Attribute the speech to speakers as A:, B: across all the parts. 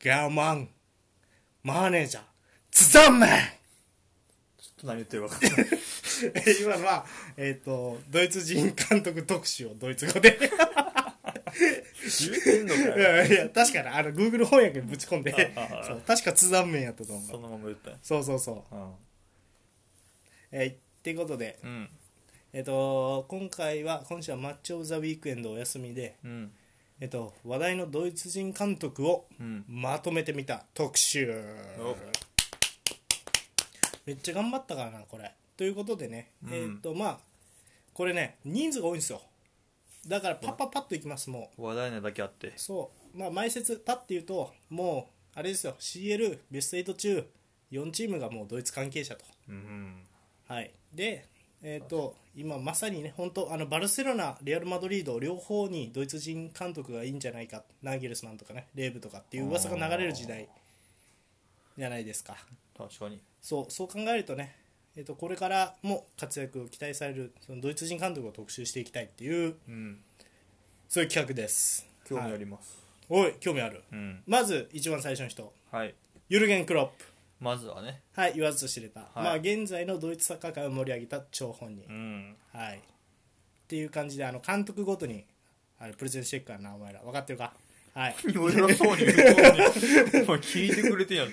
A: ギャマン、マネージャー、ツザンメン
B: ちょっと何言ってるか分かんない
A: 今のは、えっ、と、ドイツ人監督特集をドイツ語で。
B: 言ってんの
A: い
B: かよ
A: やいや、確かに、あの、Google 翻訳にぶち 込んで
B: ああ、あ
A: そう確かツザンメンやったと思。
B: そうのまま言ったよ
A: そうそうそう。
B: うん
A: えー、っていうことで、
B: うん
A: えっ、と、今回は、今週はマッチョ・オブ・ザ・ウィークエンドお休みで、
B: うん
A: えっ、と、話題のドイツ人監督を
B: うん
A: まとめてみた特集
B: お
A: めっちゃ頑張ったからなこれということでね、
B: うん
A: えっ、とまあこれね人数が多いんですよだからパッパッパッといきますも
B: 話題なだけあって
A: うそうまあ前説パッて言うともうあれですよ CL ベスト8中4チームがもうドイツ関係者と
B: うん
A: はいでえっ、と今まさにね本当あのバルセロナレアル・マドリード両方にドイツ人監督がいいんじゃないかナーゲルスマンとかねレーブとかっていう噂が流れる時代じゃないですか
B: 確かに
A: そうそう考えるとね、えっとこれからも活躍を期待されるそのドイツ人監督を特集していきたいっていう
B: うん
A: そういう企画です
B: 興味あ
A: はい、
B: ります
A: おい興味ある
B: うん
A: まず一番最初の人
B: はい
A: ユルゲン・クロップ
B: まずはね
A: はい言わずと知れた、
B: い
A: まあ現在のドイツサッカー界を盛り上げた張本人、
B: うん
A: はいっていう感じであの監督ごとにあれプレゼンしていくからなお前ら分かってるかはい
B: いろいろそうに言うとんねんお前聞いてくれてんやぞ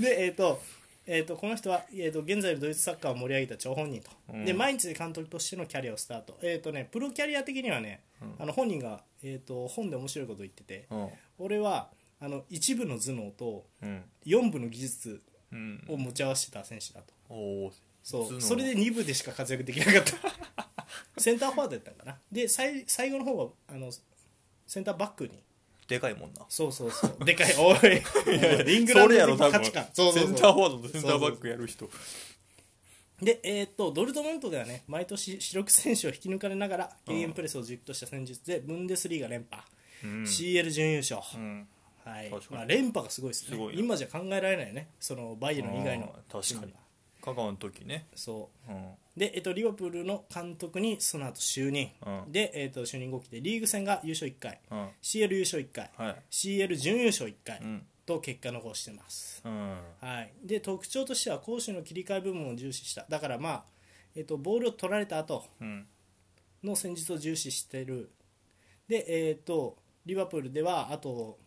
A: でえっ、と,、えー、とこの人は、えー、と現在のドイツサッカーを盛り上げた張本人と、
B: うん
A: で毎日で監督としてのキャリアをスタート,、えーとね、プロキャリア的にはね、あの本人が、えー、と本で面白いこと言ってて、
B: うん
A: 俺はあの一部の頭脳と
B: うん
A: 四部の技術
B: うん
A: を持ち合わせてた選手だと、
B: おお
A: そうそれで二部でしか活躍できなかった センターフォワードやったんかなで最最後の方はあのセンターバックに
B: でかいもんな
A: そうそうそうでかいおいイングラ
B: そ
A: ンド
B: れやろ
A: 的
B: 多
A: 価
B: 分
A: 値観そうそうそう
B: センターフォワードとセンターバックやる人
A: で、えーっとドルトムントではね毎年主力選手を引き抜かれながらゲームプレスを軸とした戦術でブンデスリーガ連覇、
B: うん、
A: CL 準優勝、
B: うん
A: はい
B: 確かに
A: まあ、連覇がすごいですね
B: すごいよ
A: 今じゃ考えられないよねそのバイエルン以外の
B: あー確かに
A: チームが
B: 香川の時ね
A: そ
B: うん
A: うで、えーっとリバプールの監督にその後就任、
B: うん
A: で、えーっと就任後期でリーグ戦が優勝1回
B: うん
A: CL 優勝1回、
B: はい
A: CL 準優勝1回、
B: うん
A: と結果残してます
B: うん
A: はい、で特徴としては攻守の切り替え部分を重視しただからまあ、えっとボールを取られた後
B: うん
A: の戦術を重視してるで、えっとリバプールではあと、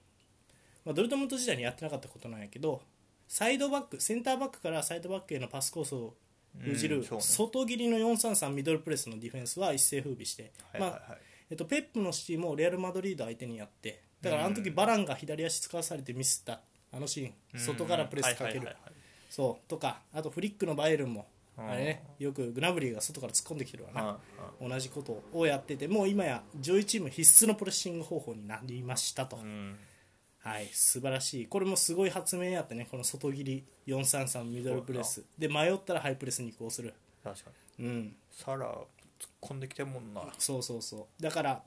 A: まあ、ドルトムント時代にやってなかったことなんやけどサイドバックセンターバックからサイドバックへのパスコースを封じる、
B: うんそうね
A: 外切りの433ミドルプレスのディフェンスは一世風靡して、
B: はいはい
A: まあ
B: はい
A: えっとペップのシティもレアル・マドリード相手にやってだからあの時
B: うん
A: バランが左足使わされてミスったあのシーン外からプレスかける
B: うんはいはいはいはい
A: そうとかあとフリックのバイエルンも
B: うん
A: あれねよくグナブリーが外から突っ込んできてるわな
B: あ
A: 同じことをやっててもう今や上位チーム必須のプレッシング方法になりましたと、
B: あうん
A: はい素晴らしいこれもすごい発明やったねこの外切り433ミドルプレスで迷ったらハイプレスに移行する
B: 確かに
A: うん
B: サラ突っ込んできてんもんな
A: そうそうそうだから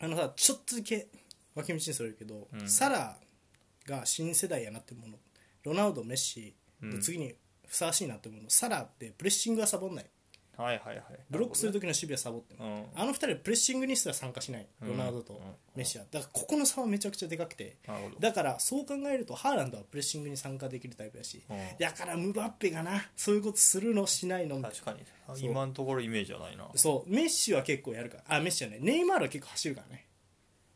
A: あのさちょっとだけ脇道にそれるけど、
B: うん
A: サラが新世代やなってものロナウドメッシの次にふさわしいなってもの、サラってプレッシングはサボんない
B: はいはいはい
A: ブロックする
B: と
A: 時の守備はサボってる、
B: うん
A: あの2人はプレッシングにすら参加しないロナウドとメッシはだからここの差はめちゃくちゃでかくて
B: なるほど
A: だからそう考えるとハーランドはプレッシングに参加できるタイプやし、
B: うん
A: だからムバッペがなそういうことするのしないのみたいな
B: 確かに
A: う
B: 今のところイメージはないな
A: そうメッシは結構やるからあメッシじゃないネイマールは結構走るからね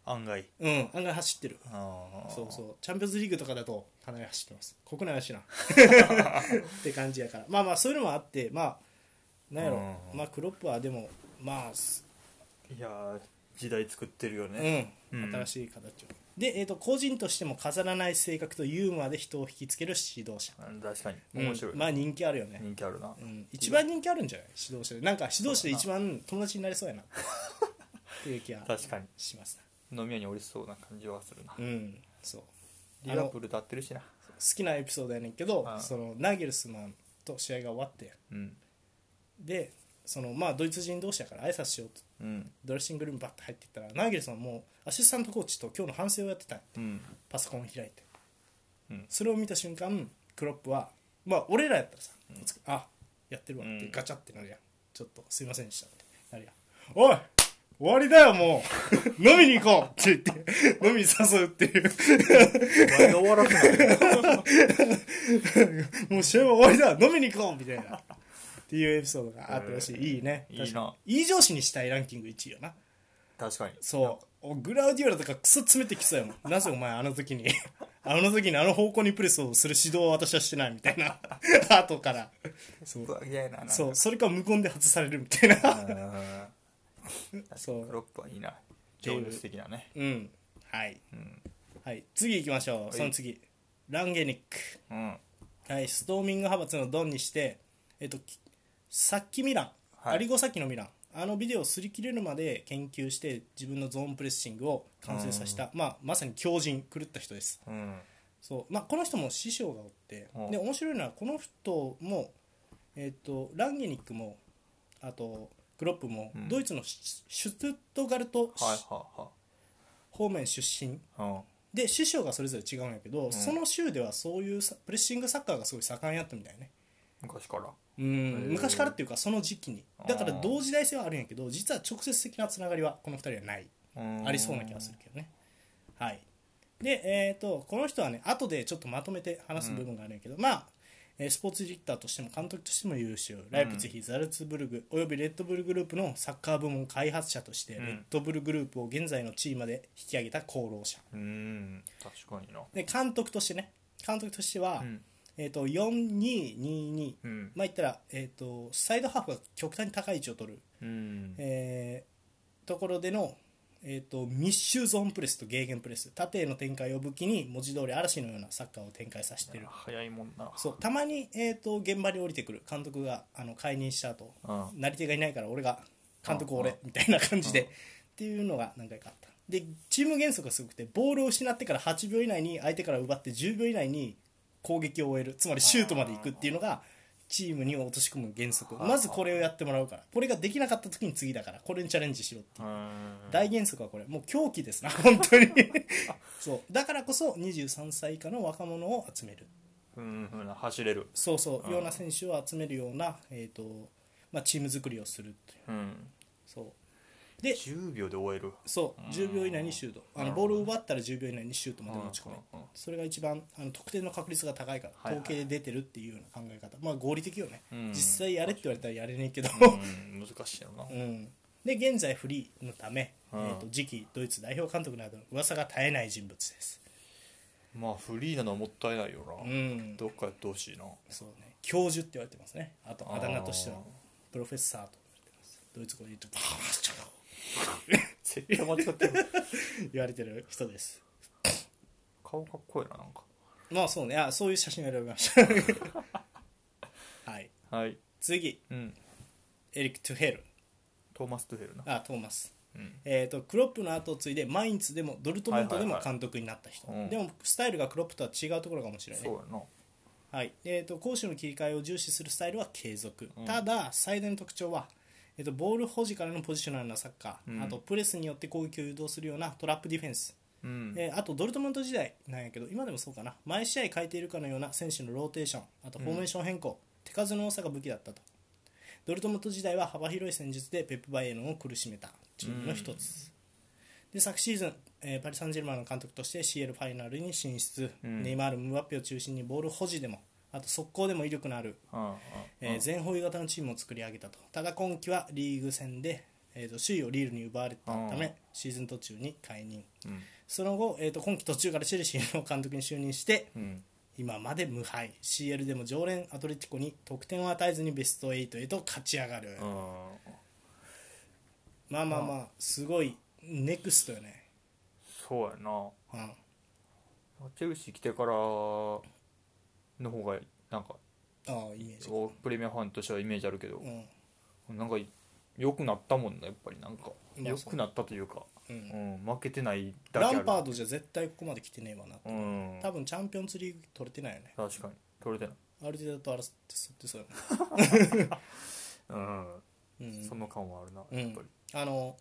B: 案外
A: うん案外走ってる
B: ああ
A: そうそうチャンピオンズリーグとかだとかなり走ってます国内は走 らんって感じやからまあまあそういうのもあってまあなんやろ
B: うん
A: まあクロップはでもまあす
B: いやー時代作ってるよ
A: う
B: ね
A: ん、
B: うん
A: 新しい形をで、えー、と個人としても飾らない性格とユーモアで人を引きつける指導者
B: うん確かに面白い
A: うんまあ人気あるよね、
B: 人気あるな
A: うん一番人気あるんじゃない指導者でなんか指導者で一番友達になれ そうやなっていう気は
B: 確かに
A: しますな
B: 飲み屋におりそうな感じはするな
A: うんそう
B: リバプール立ってるしな
A: 好きなエピソードやねんけど
B: ああ
A: そのナーゲルスマンと試合が終わって
B: うん
A: でそのまあドイツ人同士やから挨拶しようと
B: うん
A: ドレッシングルームバッて入っていったらナーゲルスマンもうアシスタントコーチと今日の反省をやってたんや
B: うん
A: パソコンを開いて、
B: うん
A: それを見た瞬間クロップはまあ俺らやったらさ、あやってるわって
B: うん
A: ガチャってなるやん、ちょっとすいませんでしたってなるやんおい終わりだよもう 飲みに行こうって言 って飲みに誘うっていう
B: 前が終わらせない。
A: もう試合は終わりだ飲みに行こうみたいなっていうエピソードがあったらしい、いいね
B: いいな
A: 確かにいい上司にしたいランキング1位よな
B: 確かに。
A: そうおグラウディオラとかクソ詰めてきそうやもんなぜお前あの時に あの時にあの方向にプレスをする指導は私はしてないみたいな 後からそう
B: うわ、嫌やな。なんか
A: そうそれか無言で外されるみたい な そ
B: ロ
A: う
B: ップはいいな。情熱的なね。
A: うんはい、
B: ん
A: はい、次行きましょう、
B: い
A: その次ランゲニック
B: うん。
A: はい、ストーミング派閥のドンにして、えっと、きさっきミラン、
B: はい
A: アリゴさっきのミランあのビデオを擦り切れるまで研究して自分のゾーンプレッシングを完成させた、まあ、まさに強人狂った人です
B: うん。
A: そう、まあ、この人も師匠がおって、
B: うん
A: で面白いのはこの人も、えっと、ランゲニックもあとクロップも、
B: うん
A: ドイツのシュシュツットガルト
B: はいは
A: 方面出身
B: いはい。うん。
A: で師匠がそれぞれ違うんやけど、
B: ん
A: その州ではそういうさプレッシングサッカーがすごい盛んやったみたいね
B: 昔から。
A: うん
B: ー
A: 昔からっていうかその時期にだから
B: あー
A: 同時代性はあるんやけど実は直接的なつながりはこの2人はないありそうな気がする。けどねはいでえっ、とこの人はね後でちょっとまとめて話す部分があるんやけど、まあえースポーツディレクターとしても監督としても優秀ライプツィヒ、ザルツブルグおよびレッドブルグループのサッカー部門開発者として、
B: うん
A: レッドブルグループを現在の地位まで引き上げた功労者
B: うん。確かにな。
A: で監督としてね監督としては、
B: うん。
A: えっ、と4222
B: うん。
A: まあ言ったら、えー、とサイドハーフが極端に高い位置を取る、
B: うん。
A: えーところでの、えー、と密集ゾーンプレスとゲーゲンプレス縦への展開を武器に文字通り嵐のようなサッカーを展開させてる
B: 早いもんな。
A: そうたまに、えー、と現場に降りてくる監督があの解任した後
B: うん。
A: なり手がいないから俺が監督
B: うん
A: 俺みたいな感じで
B: うん
A: っていうのが何回かあったでチーム原則がすごくてボールを失ってから8秒以内に相手から奪って10秒以内に攻撃を終えるつまりシュートまで行くっていうのがチームに落とし込む原則
B: うん
A: まずこれをやってもらうからこれができなかった時に次だからこれにチャレンジしろっていう
B: うん。
A: 大原則はこれもう狂気ですな 本当 にそうだからこそ23歳以下の若者を集める
B: うん。うん走れる。
A: そうそう
B: うん
A: ような選手を集めるような、えーとまあ、チーム作りをするという
B: うん。
A: そうで
B: 10秒で終える。
A: そう
B: うん
A: 10秒以内にシュートあ
B: な
A: の
B: る
A: ボー
B: ほど
A: ルを奪ったら10秒以内にシュートまで持ち込め
B: うんうんうん
A: それが一番あの得点の確率が高いから
B: はいはい
A: 統計で出てるっていうような考え方、まあ合理的よね、
B: うん
A: 実際やれって言われたらやれねえけど、
B: うん。難しいよな。
A: うんで現在フリーのため、
B: うん
A: えー、と次期ドイツ代表監督などの噂が絶えない人物です、
B: まあ、フリーなのはもったいないよ
A: う
B: な。
A: ん、
B: どっかやってほしいな。
A: そうね教授って言われてますねあとあだ名としては
B: あー
A: プロフェッサーと言われてますドイツ語で言う と
B: 絶対間違ってる。
A: 言われてる人です
B: 顔かっこいいな、なんか。
A: まあそうねあそういう写真を選びました はい
B: はい。
A: 次
B: うん。
A: エリック・トゥヘル
B: トーマス・トゥヘルな。
A: あトーマス、
B: うん
A: えー、とクロップの後を継いでマインツでもドルトムントで
B: はい
A: も
B: はいはい
A: 監督になった人、
B: うん
A: でもスタイルがクロップとは違うところかもしれない、
B: そうやな。
A: はいえー、と攻守の切り替えを重視するスタイルは継続、ただ最大の特徴は、えー、とボール保持からのポジショナルなサッカー、
B: うん
A: あとプレスによって攻撃を誘導するようなトラップディフェンス、
B: うん。
A: えーあとドルトムント時代なんやけど今でもそうかな毎試合変えているかのような選手のローテーションあとフォーメーション変更、手数の多さが武器だったとドルトムント時代は幅広い戦術でペップ・バイエルンを苦しめたチームの一つ、で昨シーズン、えーパリ・サンジェルマンの監督として CL ファイナルに進出、
B: うん
A: ネイマールムバッペを中心にボール保持でもあと速攻でも威力のある
B: うんうん
A: えー全方位型のチームを作り上げたとただ今季はリーグ戦で、えー、と首位をリールに奪われたた
B: うん
A: めシーズン途中に解任、
B: うん
A: その後、えー、と今季途中からチェルシーの監督に就任して
B: うん。
A: 今まで無敗 CL でも常連アトレティコに得点を与えずにベスト8へと勝ち上がる、
B: うん。
A: まあまあまあすごいネクストよね、
B: そうやな。
A: うん、
B: チェルシー来てからの方がなんか
A: ああイメージ、
B: プレミアファンとしてはイメージあるけど
A: う、ん
B: なんか良くなったもんなやっぱりなんか
A: まあ
B: 良くなったというか、
A: うん
B: うん、負けてないだけあ
A: ラ
B: る
A: ンパードじゃ絶対ここまで来てねえわな
B: うん
A: 多分チャンピオンズリーグ取れてないよね
B: 確かに取れて
A: アルティダと争ってそってそうよね、
B: ない、うん
A: うん
B: その感はあるな
A: うん
B: やっぱり、
A: あの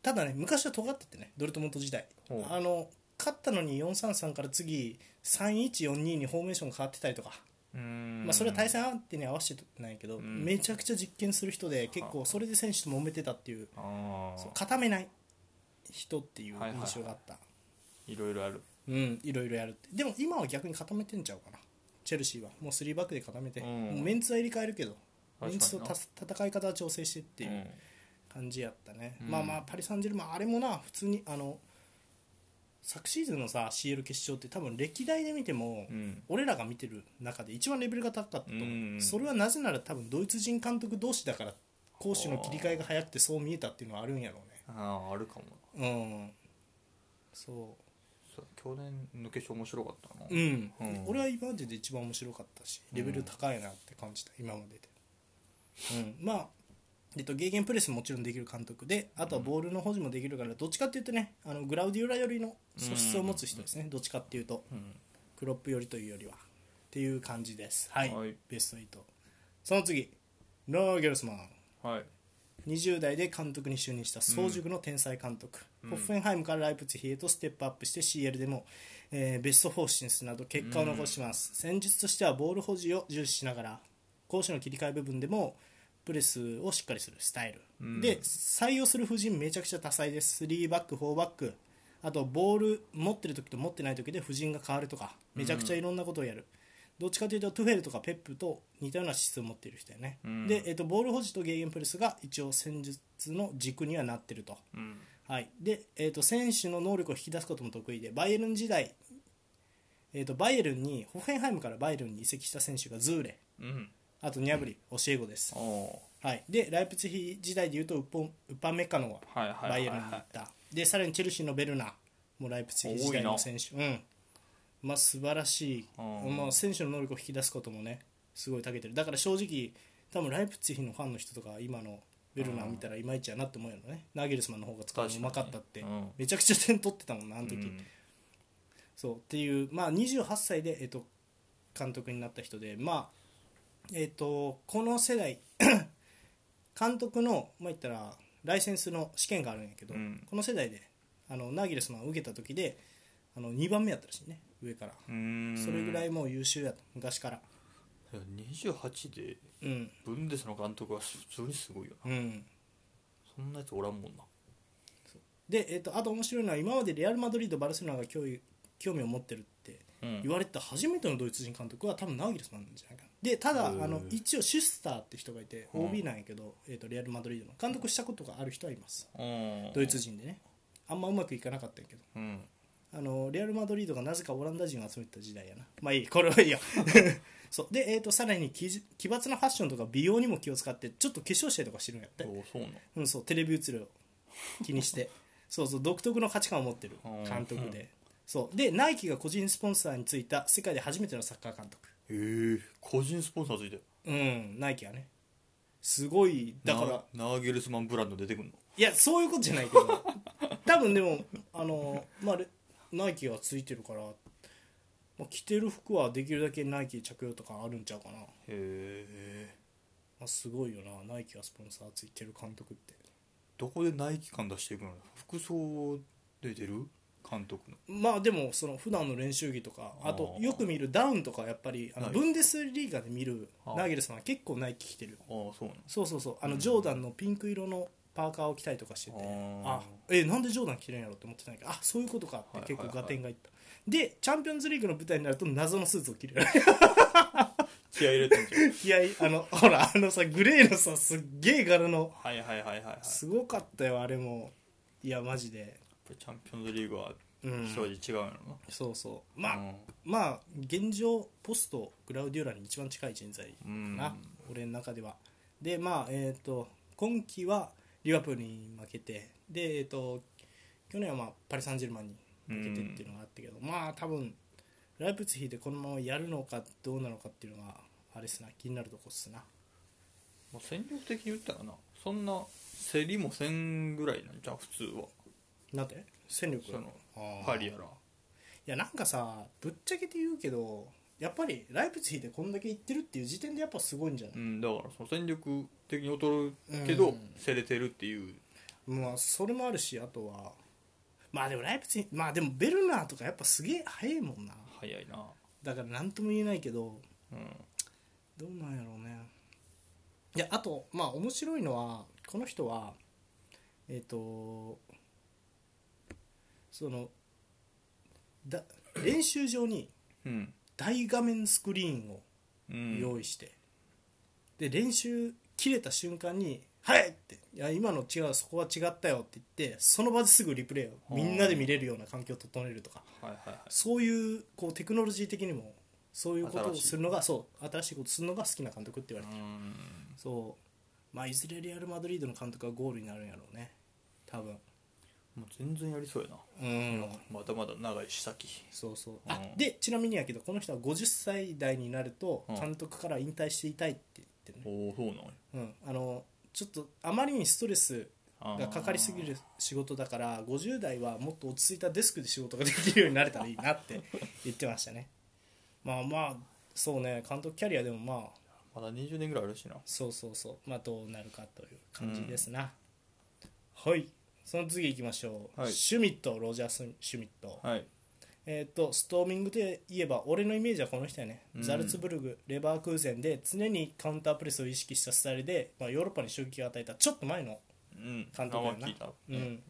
A: ただね昔は尖っててねドルトムント時代
B: ほう
A: あの勝ったのに433から次3142にフォーメーション変わってたりとか
B: うん
A: まあ、それは対戦相手に合わせてないけど、
B: うん
A: めちゃくちゃ実験する人で結構それで選手と揉めてたっていう
B: あ
A: そう
B: あ
A: 固めない人っていう印象があった、
B: いろいろある
A: うんいろいろやるってでも今は逆に固めてんちゃうかなチェルシーはもう3バックで固めて、
B: うん
A: もうメンツは入れ替えるけど
B: 確
A: メ
B: かにな
A: ンツとた戦い方は調整してっていううん感じやったね、
B: うん
A: まあまあパリ・サンジェルマンあれもな普通にあの昨シーズンのさ CL 決勝って多分歴代で見ても、
B: うん
A: 俺らが見てる中で一番レベルが高かったと思う、
B: うん
A: それはなぜなら多分ドイツ人監督同士だから攻守の切り替えが早くてそう見えたっていうのはあるんやろ
B: あああるかもな
A: うねうんそ
B: そう去年の決勝面白かったな
A: ううん、
B: うん
A: 俺は今までで一番面白かったしレベル高いなって感じた今までで、うん、まあえっと、ゲーゲンプレスももちろんできる監督であとはボールの保持もできるからどっちかっていうとねあのグラウディオラよりの素質を持つ人ですね、どっちかっていうと
B: うん
A: クロップよりというよりはっていう感じですはい、
B: はい
A: ベスト8その次ノーゲルスマン
B: はい
A: 20代で監督に就任した早熟の天才監督、ホッフェンハイムからライプツィヒへとステップアップして CL でも、えーベスト4進出など結果を残します、戦術としてはボール保持を重視しながら攻守の切り替え部分でもプレスをしっかりするスタイル、
B: うん
A: で採用する布陣めちゃくちゃ多彩です3バック4バックあとボール持ってる時と持ってない時で布陣が変わるとかめちゃくちゃいろんなことをやる、どっちかというとトゥフェルとかペップと似たような資質を持っている人やね、
B: うん
A: で、えっとボール保持とゲーゲンプレスが一応戦術の軸にはなってると、
B: うん
A: はいでえっと選手の能力を引き出すことも得意でバイエルン時代、えっとバイエルンにホッフェンハイムからバイエルンに移籍した選手がズーレ
B: うん
A: あとニャブリ、オシエゴです、
B: おお
A: はい、でライプツィヒ時代でいうとウッポンウッパンメッカノ
B: はい
A: が
B: は
A: バ
B: いは
A: イエ
B: い
A: ルンに行った、
B: は
A: でさらにチェルシーのベルナーもライプツィヒ時代の選手うんまあ素晴らしい、
B: うん
A: まあ、選手の能力を引き出すこともねすごい長けてるだから正直多分ライプツィヒのファンの人とか今のベルナー見たらいまいちやなって思うよね、ナーゲルスマンの方が使うのうまかったって、
B: 確かにうん
A: めちゃくちゃ点取ってたもんなあの
B: い
A: 時、そうっていう、まあ、28歳で、えっと監督になった人で、まあえっとこの世代 監督の、まあ、言ったらライセンスの試験があるんやけど、
B: うん
A: この世代であのナーギレスマンを受けた時であの2番目やったらしいね上から
B: うん
A: それぐら
B: い
A: いもう優秀やと昔から
B: や28で
A: うん
B: ブンデスの監督は普通にすごいよな
A: うん
B: そんなやつおらんもんな
A: で、えっとあと面白いのは今までレアル・マドリードバルセロナが興味興味を持ってるって
B: うん
A: 言われてた初めてのドイツ人監督は多分ナウギルスマンなんじゃないかなでただあ
B: うん
A: の一応シュスターって人がいて
B: うん
A: OB なんやけど、えー、とレアル・マドリードの監督したことがある人はいます
B: うん
A: ドイツ人でねあんまうまくいかなかったんやけど
B: うん
A: あのレアル・マドリードがなぜかオランダ人を集めてた時代やなまあいいこれはいい よそうで、えー、とさらに奇じ奇抜なファッションとか美容にも気を使ってちょっと化粧したりとかしてるんやって
B: おそうなの
A: うん、そうテレビ映るを気にして そうそう独特の価値観を持ってる
B: うん
A: 監督でそうでナイキが個人スポンサーについた世界で初めてのサッカー監督
B: へえ個人スポンサーついてる
A: うんナイキはねすごいだから
B: ナーナーゲルスマンブランド出てくんの
A: いやそういうことじゃないけ ど多分でもあの、まあ、レナイキがついてるから、まあ、着てる服はできるだけナイキ着用とかあるんちゃうかな、ま
B: へえ
A: あ、すごいよなナイキがスポンサーついてる監督って
B: どこでナイキ感出していくの服装で出る監督の
A: まあでもその普段の練習着とかあと
B: あー
A: よく見るダウンとかやっぱりあの
B: ない
A: ブンデスリーガで見る
B: あー
A: ナーゲルさんは結構ナイキ着てる
B: ああそうなの
A: そうそうそうあのジョーダンのピンク色のパーカーを着たりとかしてて
B: あー
A: あえなんでジョーダン着てるんやろって思ってたんやけどあそういうことかって結構合点がいったでチャンピオンズリーグの舞台になると謎のスーツを着る
B: 気合入れてんじゃん
A: いやいあのほらあのさグレーのさすっげえ柄の
B: はいはいはいはいはいやっぱ
A: すごかったよあれもいやマジで
B: りチャンピオンズリーグは
A: うん
B: 一味違うんやろ
A: そうそうま
B: な
A: あ、まあ現状ポストグラウディオラに一番近い人材か
B: うん
A: な、俺の中ではでまあえっ、と今季はリバプールに負けてでえっ、と去年は、まあ、パリ・サンジェルマンに負けてっていうのがあったけど、まあ多分ライプツィヒでこのままやるのかどうなのかっていうのがあれっすな気になるとこっすな
B: まあ戦力的に言ったらなそんな競りもせんぐらいなんじゃん普通は
A: なんで戦力
B: その
A: あー
B: パリや
A: い
B: ら
A: やなんかさぶっちゃけて言うけどやっぱりライプツィヒでこんだけいってるっていう時点でやっぱすごいんじゃない
B: うんだからその戦力的に劣るけど
A: うん
B: 競れてるっていう
A: まあそれもあるしあとはまあでもライプツィヒまあでもベルナーとかやっぱすげえ早いもんな
B: 早いな
A: だから何とも言えないけど
B: うん
A: どうなんやろうねいやあとまあ面白いのはこの人はえっ、とそのだ練習場に
B: うん
A: 大画面スクリーンを
B: うん
A: 用意して、で練習切れた瞬間に「はい!」って「いや今の違うそこは違ったよ」って言ってその場ですぐリプレイをみんなで見れるような環境を整えるとか
B: はいはいはい
A: そういうこうテクノロジー的にもそういうことを
B: 新しい
A: するのがそう新しいことするのが好きな監督って言われてる
B: うん
A: そうまあいずれレアル・マドリードの監督はゴールになるんやろうね多分
B: もう全然やりそうやな
A: うん
B: まだまだ長いし先
A: そうそう
B: うん
A: あでちなみにやけどこの人は50歳代になると
B: うん
A: 監督から引退していたいって言ってるね、
B: おおそうなんや
A: うん、あのちょっとあまりにストレス
B: あー
A: がかかりすぎる仕事だから50代はもっと落ち着いたデスクで仕事ができるようになれたらいいな って言ってましたねまあまあそうね監督キャリアでもまあ
B: まだ20年ぐらいあるしな
A: そうそうそうまあどうなるかという感じですな、はいその次行きましょう、
B: はい
A: シュミットロジャース・シュミット、
B: はい
A: えっ、とストーミングで言えば俺のイメージはこの人やね、
B: うん
A: ザルツブルグレバークーゼンで常にカウンタープレスを意識したスタイルで、まあ、ヨーロッパに衝撃を与えたちょっと前の、
B: うん
A: 監督やな
B: あ聞いた
A: うん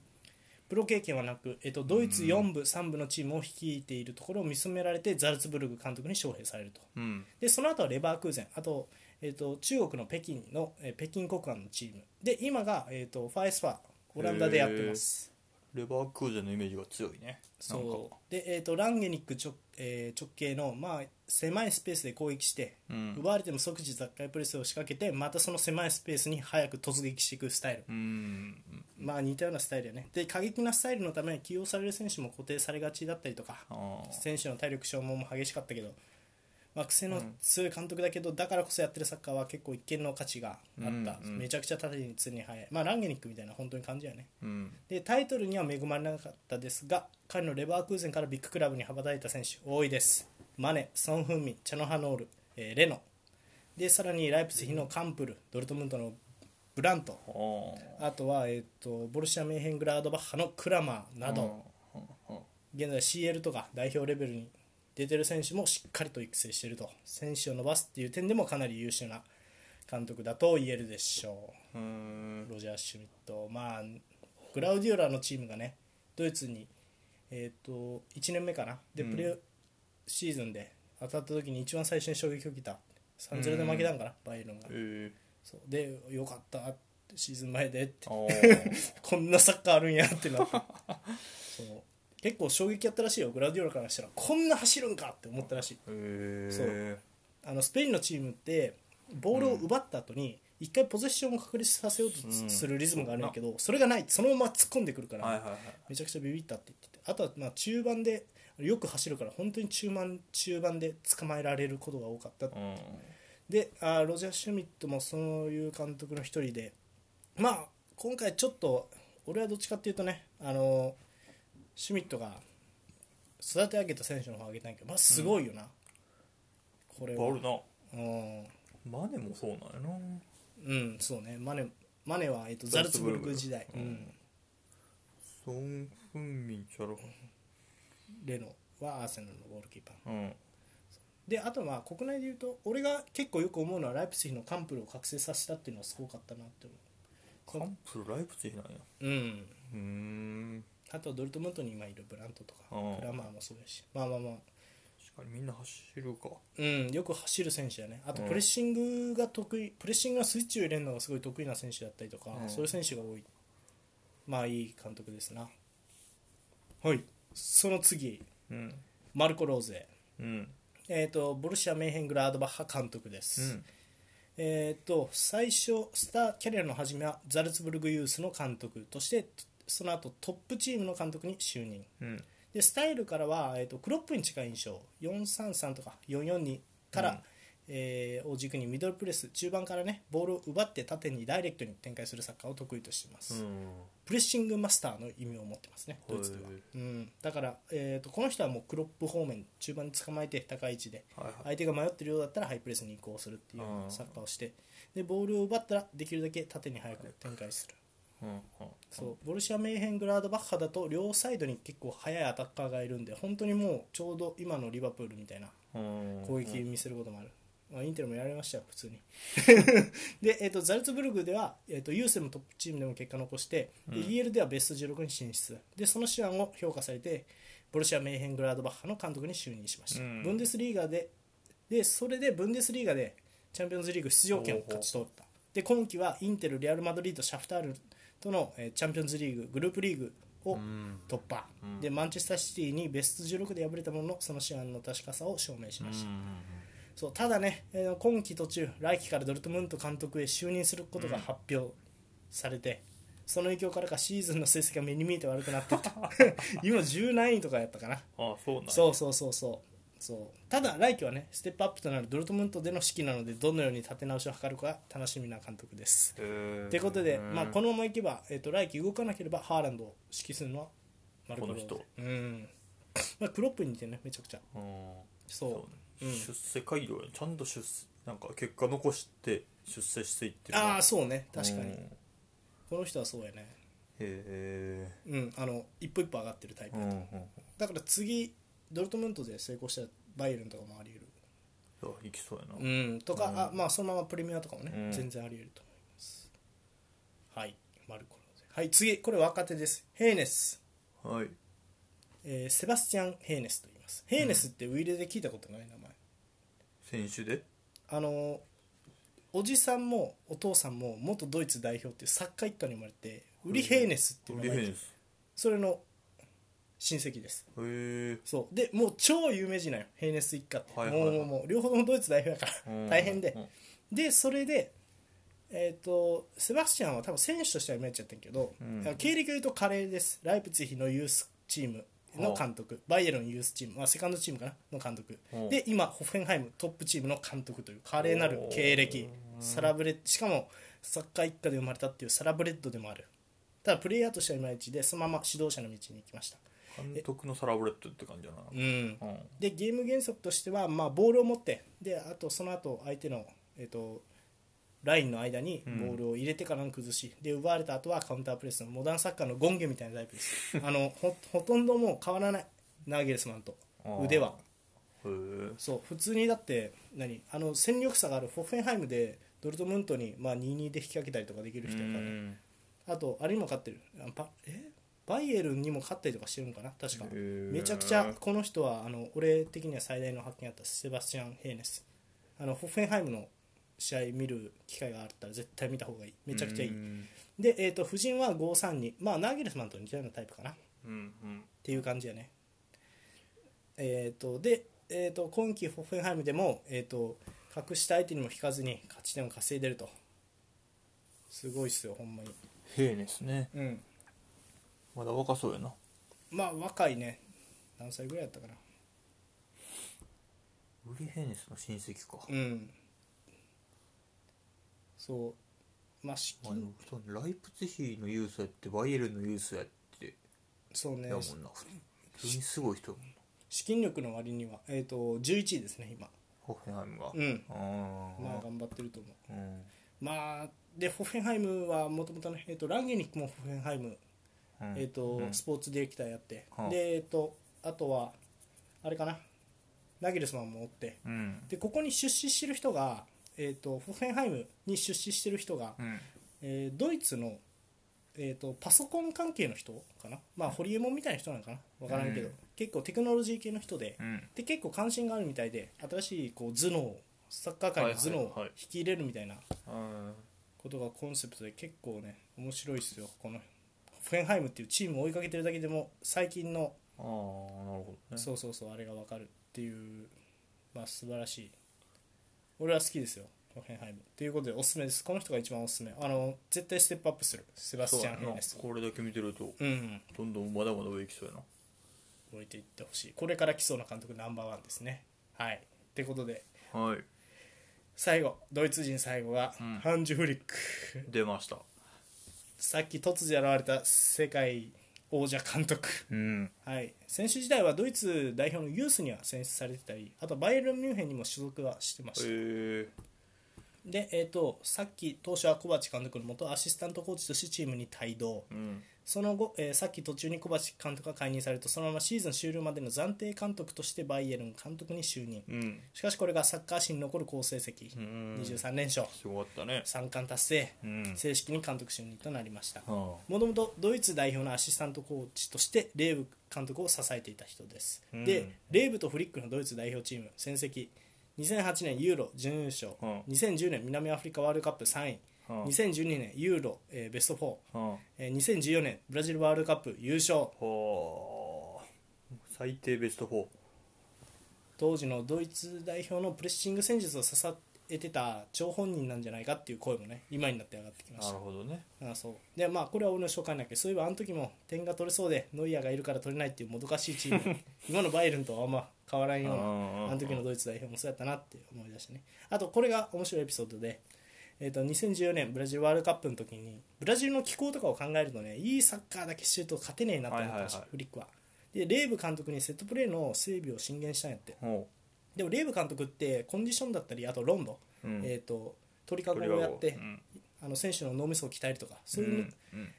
A: プロ経験はなく、えっとドイツ4部3部のチームを率いているところを見初められてザルツブルグ監督に招聘されると
B: うん
A: でその後はレバークーゼンあと,、えー、と中国の北京の、えー北京国安のチームで今が、えー、とファーエスファーオランダでやってます
B: レバークーゼンのイメージが強いねなんか
A: そうで、えー、とランゲニック直,、えー直系の、まあ、狭いスペースで攻撃して、
B: うん
A: 奪われても即時奪回プレスを仕掛けてまたその狭いスペースに早く突撃していくスタイル、
B: うん
A: まあ似たようなスタイルやねで過激なスタイルのため起用される選手も固定されがちだったりとか
B: あー
A: 選手の体力消耗も激しかったけど、まあ、癖の強い監督だけど、だからこそやってるサッカーは結構一見の価値があった、
B: うんうん
A: めちゃくちゃ縦に常に速い、まあ、ランゲニックみたいな本当に感じやね
B: うん
A: でタイトルには恵まれなかったですが彼のレバークーゼンからビッグクラブに羽ばたいた選手多いですマネ、ソン・フンミンチャノハノール、えーレノでさらにライプツヒのカンプルドルトムントのブラント
B: あー
A: あとは、えー、とボルシア・メーヘングラードバッハのクラマーなど、
B: うんうん
A: 現在 CL とか代表レベルに出てる選手もしっかりと育成していると選手を伸ばすっていう点でもかなり優秀な監督だと言えるでしょ
B: うん
A: うロジャー・シュミットまあグラウディオラのチームがねドイツに、えー、と1年目かなで
B: うん
A: プレーシーズンで当たった時に一番最初に衝撃を受けた3-0で負けたんかなバイエルンが
B: え
A: そうでよかったってシーズン前でって
B: ー、あー
A: こんなサッカーあるんやってなってそう結構衝撃やったらしいよグラディオラからしたらこんな走るんかって思ったらしい
B: えー、
A: そうあのスペインのチームってボールを奪った後に一回ポゼッションを確立させようと
B: うん
A: するリズムがあるんやけど、それがないそのまま突っ込んでくるから、
B: はいはいはい
A: めちゃくちゃビビったって言っててあとはまあ中盤でよく走るから本当に中盤中盤で捕まえられることが多かったって
B: うん
A: であーロジャー・シュミットもそういう監督の一人でまあ今回ちょっと俺はどっちかっていうとねあのシュミットが育て上げた選手の方を挙げたんやけどまあすごいよな、これ
B: バ
A: は
B: ルな
A: うん、
B: マネもそうなんやな
A: うん、そうねマネマネは、えっとザルツブルク時代、う
B: うん
A: ん、
B: ソン・フンミンチャロ
A: レノはアーセナルのゴールキーパー
B: うん
A: であとまあ国内で言うと俺が結構よく思うのはライプツィヒのカンプルを覚醒させたっていうのはすごかったなって
B: カ
A: 思
B: ンプルライプツィヒなんや
A: ううん
B: うーん
A: あとドルトムントに今いるブラントとか
B: うん
A: クラマーもそうやしまあまあまあ
B: 確かにみんな走るか
A: うんよく走る選手だねあと
B: うん
A: プレッシングが得意プレッシングのスイッチを入れるのがすごい得意な選手だったりとか、
B: うん
A: そういう選手が多いまあいい監督ですなはいその次
B: うん
A: マルコ・ローゼ
B: うん
A: えっ、とボルシア・メーヘングラードバッハ監督で
B: う
A: す、
B: ん
A: えー、と最初スターキャリアの初めはザルツブルグユースの監督としてその後トップチームの監督に就任
B: うん
A: でスタイルからは、えー、とクロップに近い印象433とか442から、
B: うん
A: えーを軸にミドルプレス中盤からねボールを奪って縦にダイレクトに展開するサッカーを得意としています、プレッシングマスターの意味を持ってますねドイツでは
B: へ、
A: うん、だから、えー、とこの人はもうクロップ方面中盤に捕まえて高い位置で
B: はいはい
A: 相手が迷ってるようだったらハイプレスに移行するっていうよう
B: う
A: なんサッカーをしてでボールを奪ったらできるだけ縦に早く展開する
B: うんうん
A: そうボルシア・メーヘングラードバッハだと両サイドに結構速いアタッカーがいるんで本当にもうちょうど今のリバプールみたいな
B: うん
A: 攻撃見せることもあるまあ、インテルもやられましたよ普 通にで、えー、とザルツブルグでは、えー、とユースのトップチームでも結果残して、で
B: うん
A: EL ではベスト16に進出でその手腕を評価されてボルシア・メーヘングラードバッハの監督に就任しました、
B: うん
A: ブンデスリーガででそれでブンデスリーガでチャンピオンズリーグ出場権を勝ち取ったで今季はインテルレアル・マドリードシャフタールとの、えーチャンピオンズリーググループリーグを
B: うん
A: 突破、
B: うん
A: でマンチェスターシティにベスト16で敗れたもののその試合の確かさを証明しました、そうただね、えー今季途中来季からドルトムント監督へ就任することが発表されて、その影響からかシーズンの成績が目に見えて悪くな ってった今10何位とかやったかな
B: ああそうなんだ
A: そうそうそうそうそうただ来季はねステップアップとなるドルトムントでの指揮なのでどのように立て直しを図るか楽しみな監督です
B: へー
A: ということで、
B: うん
A: まあ、このままいけば、えー、と来季動かなければハーランドを指揮するのはマルコ
B: この人
A: うんまあ、クロップに似てるねめちゃくちゃ
B: うん
A: そう
B: そう
A: うん
B: ね出世回路やねちゃんと出世なんか結果残して出世していってるな
A: ああそうね確かに、
B: うんへ
A: この人はそうやね
B: え
A: うんあの一歩一歩上がってるタイプ
B: うんうんうん
A: だから次ドルトムントで成功したらバイエルンとかもあり得る
B: いや行きそうやな
A: うんとか、
B: うん
A: あまあそのままプレミアとかもね、
B: うん
A: 全然あり得ると思いますはいマルコローゼはい次これ若手ですヘーネス、
B: はい
A: えーセバスチャン・ヘーネスと言いますヘーネスってウイレで聞いたことない名前、
B: 選手で
A: あのおじさんもお父さんも元ドイツ代表っていうサッカー一家に生まれてウリ・ヘーネスっていう
B: ウ
A: 名
B: リ
A: 前
B: ヘ
A: で
B: ンス
A: それの親戚です
B: へえ
A: そうでもう超有名人なんよヘーネス一家って、
B: はいはいはい
A: もうもうもう両方ともドイツ代表やから、大変で、でそれでえっ、とセバスチャンは多分選手としては見えちゃったんやけど、
B: うん
A: あの経歴で言うと華麗ですライプツィヒのユースチームの監督、バイエルンユースチーム、まあ、セカンドチームかなの監督、
B: ほう
A: で今ホッフェンハイムトップチームの監督という華麗なる経歴サラブレしかもサッカー一家で生まれたっていうサラブレッドでもあるただプレイヤーとしてはいまいちでそのまま指導者の道に行きました
B: 監督のサラブレッドって感じだな
A: うん
B: うん
A: でゲーム原則としては、まあ、ボールを持ってであとその後相手の、えっとラインの間にボールを入れてからの崩し、で奪われた後はカウンタープレスのモダンサッカーのゴンゲみたいなタイプです あのほほとんどもう変わらないナーゲルスマンと
B: あー
A: 腕は
B: へえ
A: そう普通にだって何あの戦力差があるホッフェンハイムでドルトムントに、まあ、2-2で引き分けたりとかできる人やから、ね、あとあれにも勝ってるあパえバイエルンにも勝ったりとかしてるのかな確か
B: へー
A: めちゃくちゃこの人はあの俺的には最大の発見だったセバスチャン・ヘーネスあのホッフェンハイムの試合見る機会があったら絶対見た方がいいめちゃくちゃいい
B: うん
A: で、えー、と夫人は532まあナーゲルスマンと似たようなタイプかなっ
B: うんうん
A: ていう感じやねえっ、とで、えー、と今季ホッフェンハイムでも、えー、と格下相手にも引かずに勝ち点を稼いでるとすごいっすよほんまに
B: ヘーネスね
A: うん
B: まだ若そうやな
A: まあ若いね何歳ぐらいやったかな
B: ウリヘーネスの親戚か
A: うんそうまあ資
B: まあでも
A: 金
B: そうねライプツィヒのユースやってバイエルンのユースやって
A: そうね
B: やもんな普通にすごい人やもんな
A: 資金力の割にはえっ、と11位ですね今
B: ホッフェンハイムが
A: うんまあ
B: あ
A: 頑張ってると思う
B: あうん
A: まあでホッフェンハイムはもともとね、えー、とランゲニックもホッフェンハイム、
B: うん
A: えーと
B: うん
A: スポーツディレクターやって、
B: うん
A: でえっ、とあとはあれかなナギルスマンもおって
B: うん
A: でここに出資してる人がえっ、とホッフェンハイムに出資してる人が、
B: うん
A: えードイツの、えー、とパソコン関係の人かな、まあ、ホリエモンみたいな人なのかな分からんけど、
B: うん
A: 結構テクノロジー系の人で,、
B: うん
A: で結構関心があるみたいで新しいこう頭脳サッカー界の頭脳
B: はいはい
A: を
B: はい
A: 引き入れるみたいな
B: うん
A: ことがコンセプトで結構ね面白いですよこのフェンハイムっていうチームを追いかけてるだけでも最近の
B: ああなるほどね
A: そうそうそうあれが分かるっていうまあ素晴らしい俺は好きですよホッフェンハイムということでおすすめですこの人が一番おすすめあの絶対ステップアップするセバス
B: そう
A: チ
B: や
A: ャン・ヘ
B: な
A: イネス
B: これだけ見てると
A: うん
B: どんどんまだまだ上行きそうやな
A: 置いていってほしいこれから来そうな監督ナンバーワンですねはいってことで
B: はい
A: 最後ドイツ人最後が、
B: うん
A: ハンジ・フリック
B: 出ました
A: さっき突如現れた世界王者監督
B: うん
A: はい、選手時代はドイツ代表のユースには選出されてたりあとバイエルン・ミュンヘンにも所属はしてました、
B: え
A: で、えー、とさっき当初はコバチ監督のもとアシスタントコーチとしてチームに帯同
B: うん
A: その後、えーさっき途中に小橋監督が解任されるとそのままシーズン終了までの暫定監督としてバイエルン監督に就任
B: うん
A: しかしこれがサッカー史に残る好成績
B: うん
A: 23連勝
B: すごかったね
A: 3冠達成
B: うん
A: 正式に監督就任となりました
B: は
A: もともとドイツ代表のアシスタントコーチとしてレーブ監督を支えていた人です、
B: うん
A: でレーブとフリックのドイツ代表チーム戦績2008年ユーロ準優勝、
B: うん
A: 2010年南アフリカワールドカップ3位、
B: あは
A: 2012年ユーロ、えーベスト4、
B: あはあ
A: えー2014年ブラジルワールドカップ優勝
B: はあ最低ベスト4
A: 当時のドイツ代表のプレッシング戦術を支えてた張本人なんじゃないかっていう声もね今になって上がってきまし
B: な
A: た
B: るほどね
A: あそうでまあこれは俺の紹介なんだけどそういえばあの時も点が取れそうでノイアーがいるから取れないっていうもどかしいチ ーム今のバイエルンとはあんま変わらんような
B: うんうんうんう
A: あ
B: ん
A: の時のドイツ代表もそうやったなって思い出したねあとこれが面白いエピソードで、えー、と2014年ブラジルワールドカップの時にブラジルの気候とかを考えるとねいいサッカーだけしてると勝てねえなって思ったらしい、
B: はいはいはい
A: フリックはでレーブ監督にセットプレーの整備を進言したんやって
B: ほ
A: でもレーブ監督ってコンディションだったりあとロンド、
B: ううん
A: えー、と鳥かごを
B: 鳥は
A: やって、
B: うん
A: あの選手の脳みそを鍛えるとかそういう、
B: うん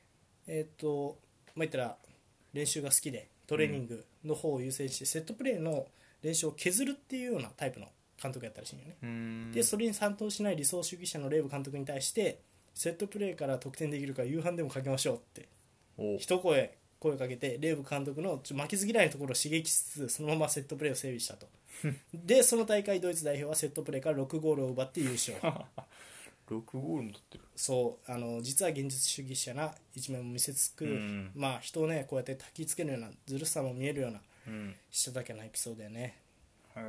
A: えっ、とまあ言ったら練習が好きでトレーニングの方を優先して、セットプレーの練習を削るっていうようなタイプの監督やったらしいんよね、
B: うん
A: でそれに賛同しない理想主義者のレーブ監督に対してセットプレーから得点できるから夕飯でもかけましょうって
B: お
A: 一声声をかけてレーブ監督のちょ負けず嫌いのところを刺激しつつそのままセットプレーを整備 したとでその大会ドイツ代表はセットプレーから6ゴールを奪って優勝
B: 6ゴールも取ってる
A: そうあの実は現実主義者な一面も見せつく、
B: うん
A: まあ人をねこうやって焚きつけるようなずるさも見えるような
B: うん
A: したたけなエピソードだよね、
B: へ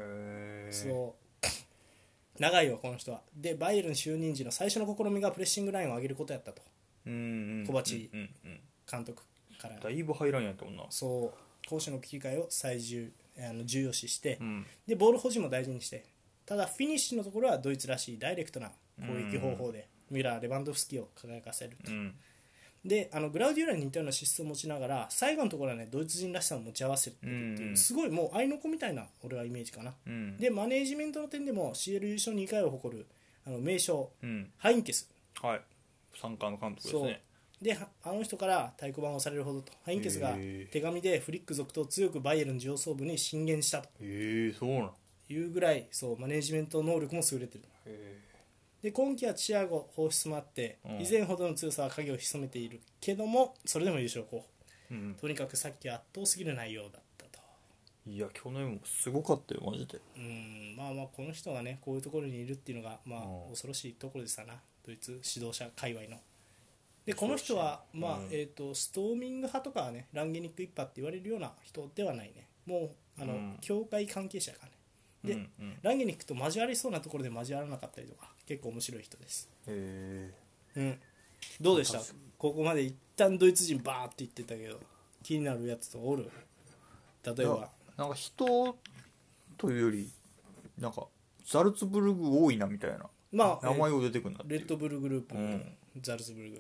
B: え
A: そう 長いよこの人はでバイエルン就任時の最初の試みがプレッシングラインを上げることやったと
B: うんうんうん
A: 小鉢
B: うんうん
A: 監督から
B: だいぶ入らんやったもんな
A: そう攻守の切り替えを最重あの重要視して、
B: うん
A: でボール保持も大事にしてただフィニッシュのところはドイツらしいダイレクトな攻撃方法で、ミュラー、レバンドフスキを輝かせる
B: うん
A: であのグラウディオラに似たような資質を持ちながら最後のところはねドイツ人らしさを持ち合わせてるっていう、
B: うん
A: すごいもう愛の子みたいな俺はイメージかな、
B: うん
A: でマネージメントの点でも CL 優勝2回を誇るあの名将
B: うん
A: ハインケス
B: はい参加の監督です
A: そう
B: ね
A: ではあの人から太鼓判を押されるほどとハインケスが
B: へー
A: 手紙でフリック続投強くバイエルン上層部に進言したと
B: へえそうなん
A: いうぐらいそうマネージメント能力も優れてる
B: へ
A: で今季はチアゴ放出もあって、
B: うん
A: 以前ほどの強さは影を潜めているけどもそれでも優勝候補
B: えうん
A: とにかくさっきは圧倒すぎる内容だったと
B: いや去年もすごかったよマジで
A: うんまあまあこの人がねこういうところにいるっていうのがま
B: うん
A: あ恐ろしいところでしたなドイツ指導者界隈のでこの人は
B: 恐ろしいな
A: まあ
B: うん
A: えーとストーミング派とかはねランゲニック一派って言われるような人ではないねもうあの、
B: うん
A: 教会関係者がねで
B: うんうんへ
A: ランゲニックと交わりそうなところで交わらなかったりとか結構面白い人です
B: え
A: うんどうでした
B: なんか
A: ここまで一旦ドイツ人バーって言ってたけど気になるやつとおる例えば
B: なんか人というよりなんかザルツブルグ多いなみたいな
A: まあ
B: 名前が出てくるなってい
A: レッ
B: う
A: ドブルグループ、
B: うん
A: ザルツブルグ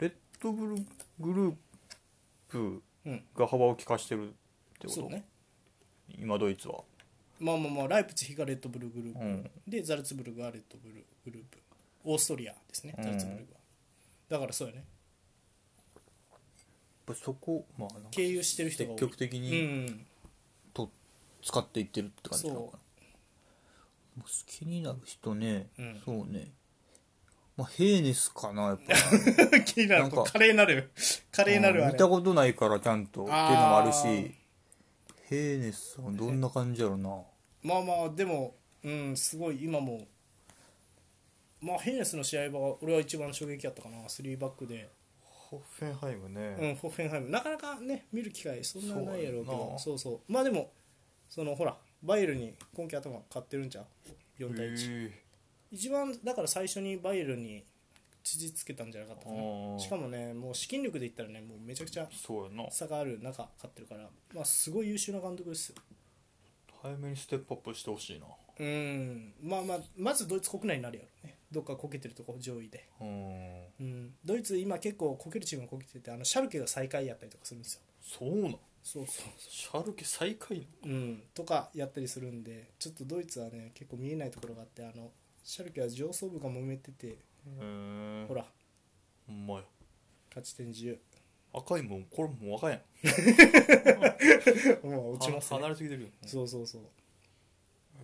B: レッドブルグループ
A: うん
B: が幅を利かしてるってこ
A: そ
B: と、
A: うね
B: 今ドイツは
A: まあまあまあライプツヒがレッドブルグループ、
B: うん
A: でザルツブルグがレッドブルグループオーストリアですね
B: うん
A: ザルツブルグは、だからそうよね
B: やっぱそこまあなんか
A: 経由してる人が多
B: 積
A: い
B: 極的
A: う
B: に
A: ん
B: と使っていってるって感じなのかな
A: そ
B: もう好きになる人ね、
A: うん
B: そうねまあヘーネスかなやっぱ
A: 気になる
B: なんか
A: 華麗なる華麗なるあ
B: うん
A: れ
B: 見たことないからちゃんとっていうのもある
A: あ
B: し
A: ー
B: ヘーネスさんどんな感じやろな
A: まあまあでもうんすごい今もまあヘネスの試合は俺は一番衝撃やったかな3バックで、
B: ホッフェンハイム
A: う
B: ね
A: ん、ホッフェンハイムなかなかね見る機会そんなないやろうけ
B: そうや
A: ど
B: な
A: そうそうまあでもそのほらバイエルンに今季頭勝ってるんちゃう4対1、一番だから最初にバイエルンに辻つけたんじゃなかったか
B: あ
A: な
B: ー
A: しかもねもう資金力で言ったらねもうめちゃくちゃ
B: そうやな
A: 差がある中勝ってるから、まあ、すごい優秀な監督ですよ
B: 早めにステップアップしてほしいな
A: うんまあまあまずドイツ国内になるやろうねどっかこけてるとこ上位で、
B: うん
A: うん、ドイツ今結構こけるチームがこけててあのシャルケが最下位やったりとかするんですよ
B: そうなん
A: そうそう
B: シャルケ最下位
A: うん、とかやったりするんでちょっとドイツはね結構見えないところがあってあのシャルケは上層部が揉めてて
B: へえ
A: ほら
B: ほんまや
A: 勝ち点10
B: 赤いもんこれもう赤やん
A: もう落ちますね
B: 離れすぎてるよ
A: そうそうそうっ
B: へ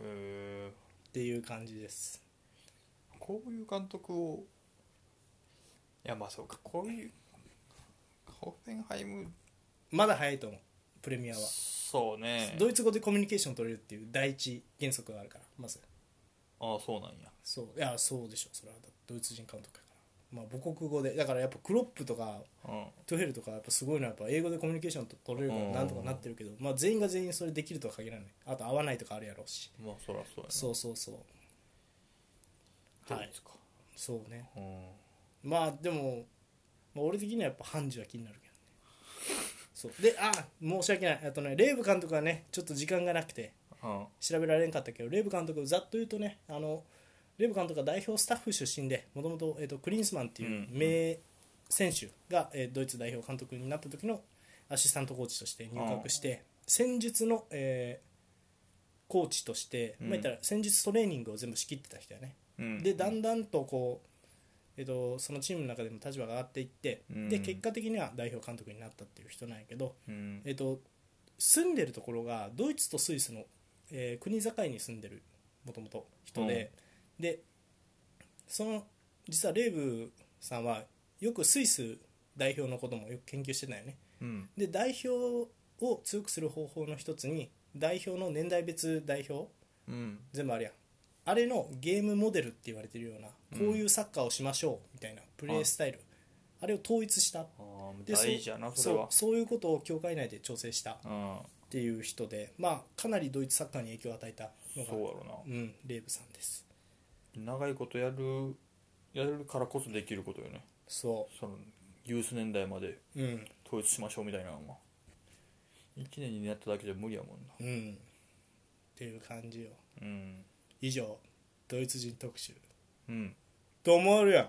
B: え
A: ていう感じです
B: こういう監督をいやまあそうかこういうホッフェンハイム
A: まだ早いと思うプレミアは
B: そうね
A: ドイツ語でコミュニケーション取れるっていう第一原則があるからまず
B: ああそうなんや
A: そういやそうでしょそれはだってドイツ人監督やから、まあ、母国語でだからやっぱクロップとか
B: うん
A: トゥヘルとかやっぱすごいのはやっぱ英語でコミュニケーションと取れるからなんとかなってるけど、まあ、全員が全員それできるとは限らないあと合わないとかあるやろうし
B: まあそりゃそうやな
A: そうそうそうは
B: ドイ
A: い
B: ツか
A: そうね
B: うん
A: まあでも、まあ、俺的にはやっぱハンジは気になるけどねそうであ申し訳ないあとねレーブ監督はねちょっと時間がなくて
B: うん
A: 調べられんかったけどレーブ監督ざっと言うとねあのレーブ監督は代表スタッフ出身でもともとクリンスマンっていう
B: うん
A: 名選手が、えードイツ代表監督になった時のアシスタントコーチとして入閣して戦術の、えーコーチとして、
B: う
A: ま
B: ん
A: あ、言ったら戦術トレーニングを全部仕切ってた人やね、
B: うん
A: でだんだんとこう、えっとそのチームの中でも立場が上がっていって、
B: うん
A: で結果的には代表監督になったっていう人なんやけど、
B: うん
A: えっと住んでるところがドイツとスイスの、えー国境に住んでるもともと人で、でその実はレーブさんはよくスイス代表のこともよく研究してたよね
B: うん
A: で代表を強くする方法の一つに代表の年代別代表
B: うん
A: 全部あれやんあれのゲームモデルって言われてるような
B: うん
A: こういうサッカーをしましょうみたいなプレースタイル、あれを統一した
B: ああ
A: でそう
B: 大事やなそれは
A: そうそういうことを協会内で調整した
B: うん
A: っていう人で、まあ、かなりドイツサッカーに影響を与えたの
B: そうや
A: が
B: ろ
A: ん、レーブさんです
B: な長いことやるやるからこそできることよね
A: そ
B: そのユース年代まで
A: ううん
B: 統一しましょうみたいなのは1年になっただけじゃ無理やもんな
A: うんっていう感じよ
B: うん
A: 以上ドイツ人特集
B: うん
A: と思わるやん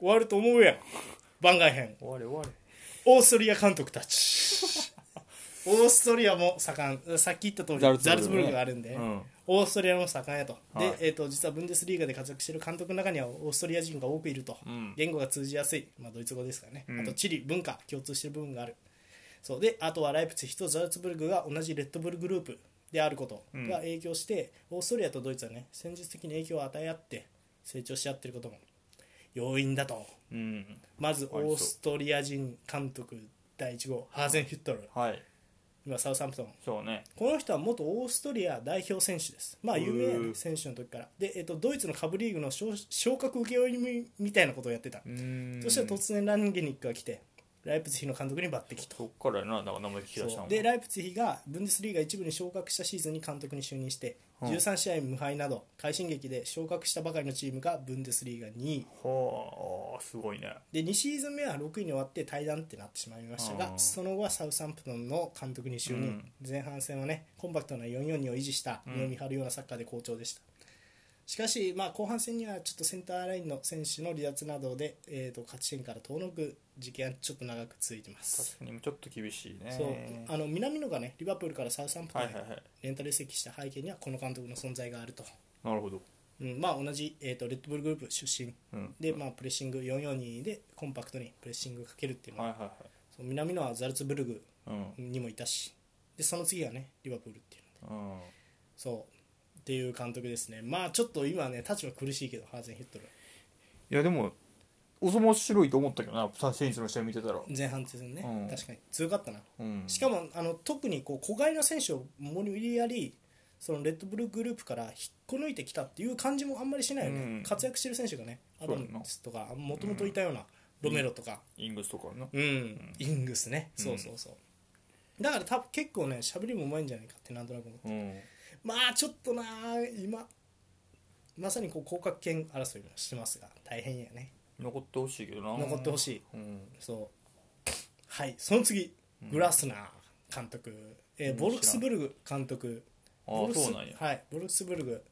A: 終わると思うやん番外編
B: 終われ終われ
A: オーストリア監督たち オーストリアも盛んさっき言った通り
B: ザ
A: ザ
B: ル
A: ル
B: ツブル
A: ツブルク
B: クね
A: があるんで、
B: うん
A: オーストリアも盛んやと、
B: はい
A: で、えー、と実はブンデスリーガで活躍している監督の中にはオーストリア人が多くいると、
B: うん
A: 言語が通じやすい、まあ、ドイツ語ですからね、
B: うん
A: あと地理文化共通している部分があるそうであとはライプツヒとザルツブルクが同じレッドブルグループであること
B: うん
A: が影響して、オーストリアとドイツはね戦術的に影響を与え合って成長し合っていることも要因だと
B: うん
A: まずオーストリア人監督第1号ハーゼンヒュットル
B: はい
A: 今サウサンプトン
B: そうね
A: この人は元オーストリア代表選手ですまあ有名や
B: へ
A: ね
B: え
A: 選手の時からで、えっと、ドイツの下部リーグの昇昇格請負人みたいなことをやってた、
B: うん
A: そしたら突然ランゲニックが来てライプツヒの監督に抜擢と
B: そっからやななんか名前聞き出した
A: そ
B: の
A: うでライプツヒがブンデスリーガ1部に昇格したシーズンに監督に就任して、
B: うん
A: 13試合無敗など快進撃で昇格したばかりのチームがブンデスリーガ2位
B: はあすごいね
A: で2シーズン目は6位に終わって退団ってなってしまいましたが、
B: うん
A: その後はサウサンプトンの監督に就任、前半戦はねコンパクトな442を維持した
B: うん
A: 見張るようなサッカーで好調でした、しかし、まあ、後半戦にはちょっとセンターラインの選手の離脱などで、えー、と勝ち点から遠のく時間ちょっと長く続いてます、
B: 確かにちょっと厳しいね
A: そうあの南野がねリバプールからサウサンプトン
B: はい
A: へ
B: はいはい
A: レンタル移籍した背景にはこの監督の存在があると、
B: なるほど
A: うんまあ、同じ、えー、とレッドブルグループ出身
B: うん
A: で、まあ、プレッシング442でコンパクトにプレッシングかけるっていうのは
B: はいはいはい
A: そう南野はザルツブルグ
B: うん
A: にもいたしでその次がねリバプールっていうので
B: うん
A: そうっていう監督ですねまあちょっと今ね立場苦しいけどハーゼンヒットル
B: いやでもおそ面白いと思ったけどな選手の試合見てたら
A: 前半戦ね、
B: うん
A: 確かに強かったな、
B: うん
A: しかもあの特にこう子飼いの選手を無理やりそのレッドブルグループから引っこ抜いてきたっていう感じもあんまりしないよね、
B: うん
A: 活躍してる選手がねア
B: そ
A: ダ
B: うやな
A: ムスとかもともといたような、ロメロとか、
B: イングスとかな
A: うんイングスね、そうそうそうだから多分結構ね喋りもうまいんじゃないかってなんとなく思って
B: うん
A: まあちょっとな今まさにこう降格権争いもしてますが大変やね
B: 残ってほしいけどな
A: 残ってほしい
B: うん
A: そうはいその次グラスナー監督、えー
B: うん
A: ボルクスブルグ監督
B: あ
A: ボル
B: あ
A: クス
B: そうなんや
A: はいボルクスブルグ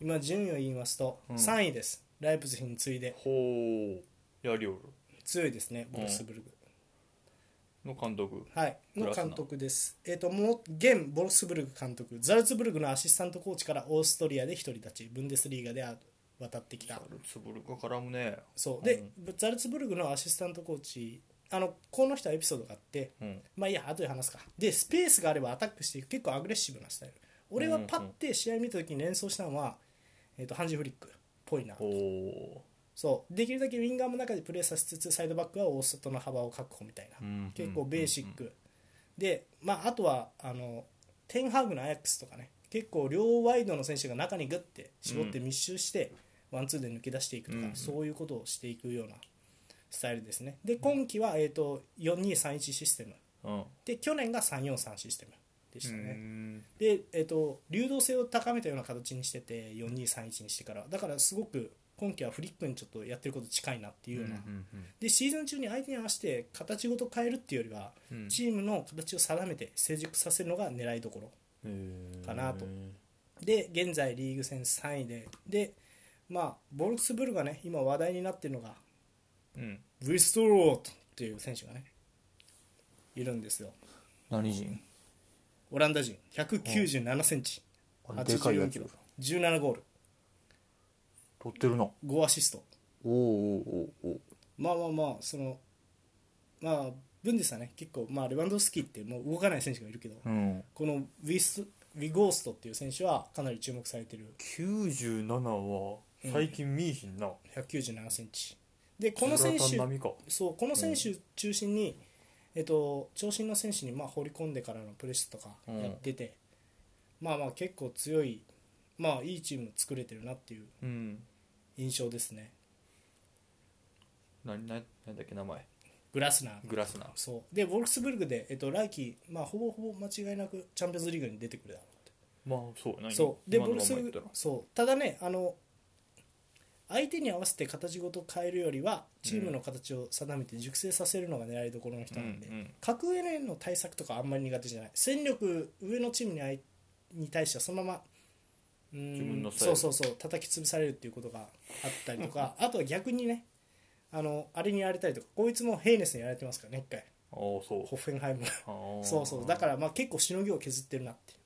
A: 今順位を言いますと
B: うん
A: 3位です、ライプツヒに次いで
B: ほうやりおる
A: 強いですねボルクスブルグ、
B: の監督
A: はい、
B: グ
A: の
B: ラスナー
A: 監督です、えー、ともう現ボルスブルク監督ザルツブルクのアシスタントコーチからオーストリアで独り立ちブンデスリーガで渡ってきた
B: ザルツブルクが絡むね
A: そうで、ザルツブルグのアシスタントコーチああのこの人はエピソードがあって
B: うん
A: まあいいや後で話すかでスペースがあればアタックしていく結構アグレッシブなスタイル俺はパッて試合見た時に連想したのは、えー、とハンジフリックっぽいな
B: おお
A: そうできるだけウィンガーも中でプレーさせつつサイドバックは大外の幅を確保みたいな、
B: うん
A: 結構ベーシック、で、まあ、あとはあのテンハーグのアヤックスとかね結構両ワイドの選手が中にグッて絞って密集して、ワンツーで抜け出していくとか、
B: うんうん
A: そういうことをしていくようなスタイルですねで今季は、えー、と4231システム
B: うん
A: で去年が343システムで
B: う
A: したね、
B: ん
A: で、えっと流動性を高めたような形にしてて4231にしてからだからすごく今季はフリックにちょっとやってること近いなっていうような、
B: うんうん
A: でシーズン中に相手に合わせて形ごと変えるっていうよりは、
B: うん
A: チームの形を定めて成熟させるのが狙いどころ
B: うん
A: かなと
B: うん
A: で現在リーグ戦3位ででまあボルクスブルがね今話題になってるのが
B: うん
A: ウィストロートっていう選手がねいるんですよ
B: 何人
A: オランダ人1 9 7ンチ
B: あれでかいや
A: 84
B: つ
A: キロ17ゴール
B: 取ってるなおー
A: 5アシスト
B: おーおーおー
A: まあまあまあそのまあブンデスはね結構まあレバンドフスキーってもう動かない選手がいるけど、
B: うん
A: このウィスウィゴーストっていう選手はかなり注目されてる
B: 97は最近見いひんな、
A: 1 9 7ンチでこの選手
B: ズラタン並みか
A: そうこの選手中心に、えっと、長身の選手にまあ放り込んでからのプレスとかやってて、まあまあ結構強いまあいいチーム作れてるなっていう
B: うん
A: 印象ですね
B: なななんだっけ名前
A: グラスナー
B: グラスナー
A: そうでボルクスブルクで、えっと、来季、まあ、ほぼほぼ間違いなくチャンピオンズリーグに出てくるだろうって
B: まあそうやな
A: そうで
B: 今
A: ボ
B: の
A: ルク
B: ま
A: ス
B: まやったら
A: そうただねあの相手に合わせて形ごと変えるよりはチームの形を定めて熟成させるのが狙いどころの人なんで、
B: うんうん
A: 格上への対策とかあんまり苦手じゃない戦力上のチームにあいに対してはそのままうーん
B: 自分のスタイ
A: そう
B: ル
A: そうそう叩き潰されるっていうことがあったりと かあとは逆にねあのあれにやられたりとかこいつもヘイネスにやられてますからね一回
B: ああそう
A: ホッフェンハイム
B: あー
A: そうそうだからまあ結構しのぎを削ってるなっていう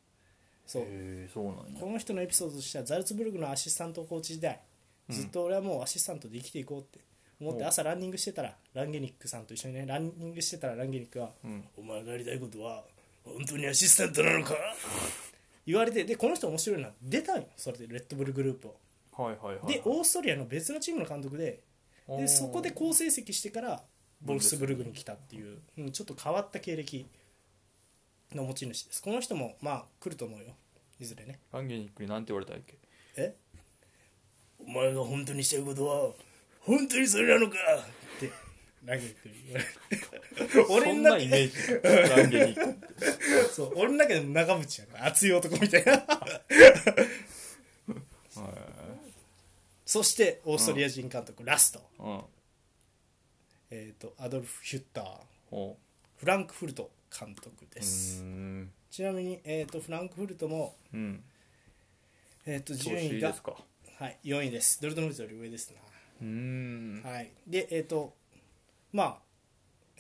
A: そう
B: へえそうなんや
A: この人のエピソードとしてはザルツブルクのアシスタントコーチ時代ずっと俺はもうアシスタントで生きていこうって思って
B: お
A: 朝ランニングしてたらランゲニックさんと一緒にねランニングしてたらランゲニックは
B: うん
A: 「お前がやりたいことは本当にアシスタントなのか?」言われてでこの人面白いな出たんよそれでレッドブルグループを
B: はいはいはい
A: でオーストリアの別のチームの監督で
B: あー
A: でそこで好成績してからボルフスブルグに来たっていう、うん、ちょっと変わった経歴の持ち主ですこの人もまあ来ると思うよいずれね
B: ランゲニックになんて言われたっけ
A: えお前が本当にしたいことは本当にそれなのかってラゲックに言われて 俺
B: そん
A: の
B: な
A: 中
B: イ
A: で
B: メージランゲニックって
A: そう俺の中で長渕やから熱い男みたいな
B: はい
A: そしてオーストリア人監督、ラスト,、
B: うん
A: えー、とアドルフ・ヒュッター
B: おう
A: フランクフルト監督で
B: う
A: す
B: ーん
A: ちなみに、えー、とフランクフルトも、
B: うん
A: えー、と
B: 調子
A: 順
B: い
A: 位
B: い
A: が
B: ですか
A: はい、4位ですドルトムントより上ですな
B: うーん
A: はい、で、えっ、と、まあ、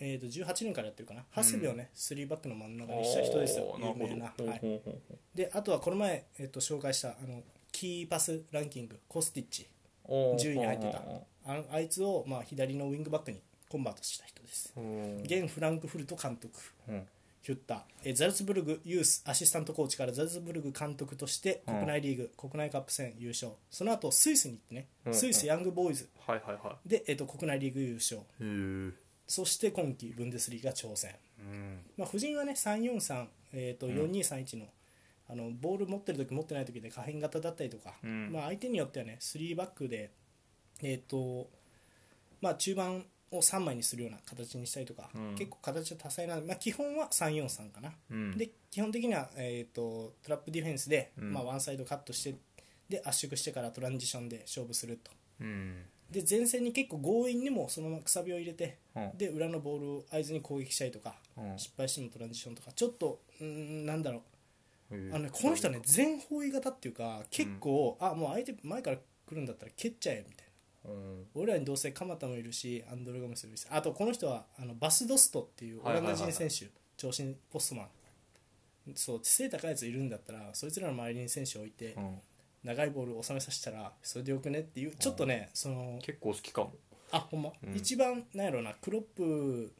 A: えっ、と、18年からやってるかな、ハセビをね、3バックの真ん中にした人ですよ
B: あ、
A: 有
B: ーるほ
A: 名
B: ど
A: な。
B: ほう
A: はい、
B: ほうほうほう
A: で、あとはこの前、えっと紹介したあのキーパスランキング、コスティッチ、
B: おー
A: 10位に入ってた
B: ほうほ
A: あのあいつを、まあ、左のウィングバックにコンバートした人です。
B: うほう
A: 現フランクフルト監督、
B: うん
A: ヒュッター、えーザルツブルグユースアシスタントコーチからザルツブルグ監督として
B: うん
A: 国内リーグ、国内カップ戦優勝、その後スイスに行ってね、
B: うん
A: スイスヤングボーイズ
B: はいはいは
A: で、えっと国内リーグ優勝。
B: いへえ
A: そして今季ブンデスリーガ挑戦、
B: うん
A: まあ、夫人はね343、えーと
B: うん
A: 4231の,、あのボール持ってる時持ってない時で可変型だったりとか、
B: うん
A: まあ、相手によってはね3バックで、えーとまあ、中盤を3枚にするような形にしたりとか、
B: うん
A: 結構形は多彩なので、まあ、基本は343かな、
B: うん
A: で基本的には、えー、とトラップディフェンスで、
B: うん
A: まあ、ワンサイドカットしてで圧縮してからトランジションで勝負すると
B: うん
A: で前線に結構強引にもそのままくさびを入れて
B: うん
A: で裏のボールを合図に攻撃したりとか、
B: うん
A: 失敗してもトランジションとかちょっとうーんなんだろ
B: へ
A: う
B: ー
A: あの、ね、この人はね全方位型っていうか結構、あもう相手前から来るんだったら蹴っちゃえみたいな
B: うん
A: 俺らにどうせ鎌田もいるしアンドレ・ゴムスもいるしあとこの人はあのバスドストっていうオランダ人選手、長身ポストマンそう知性高いやついるんだったらそいつらの周りに選手を置いて、
B: うん
A: 長いボールを収めさせたらそれでよくねっていうちょっとね、その
B: 結構好きかも
A: あほんま、
B: うん
A: 一番なんやろうなクロップ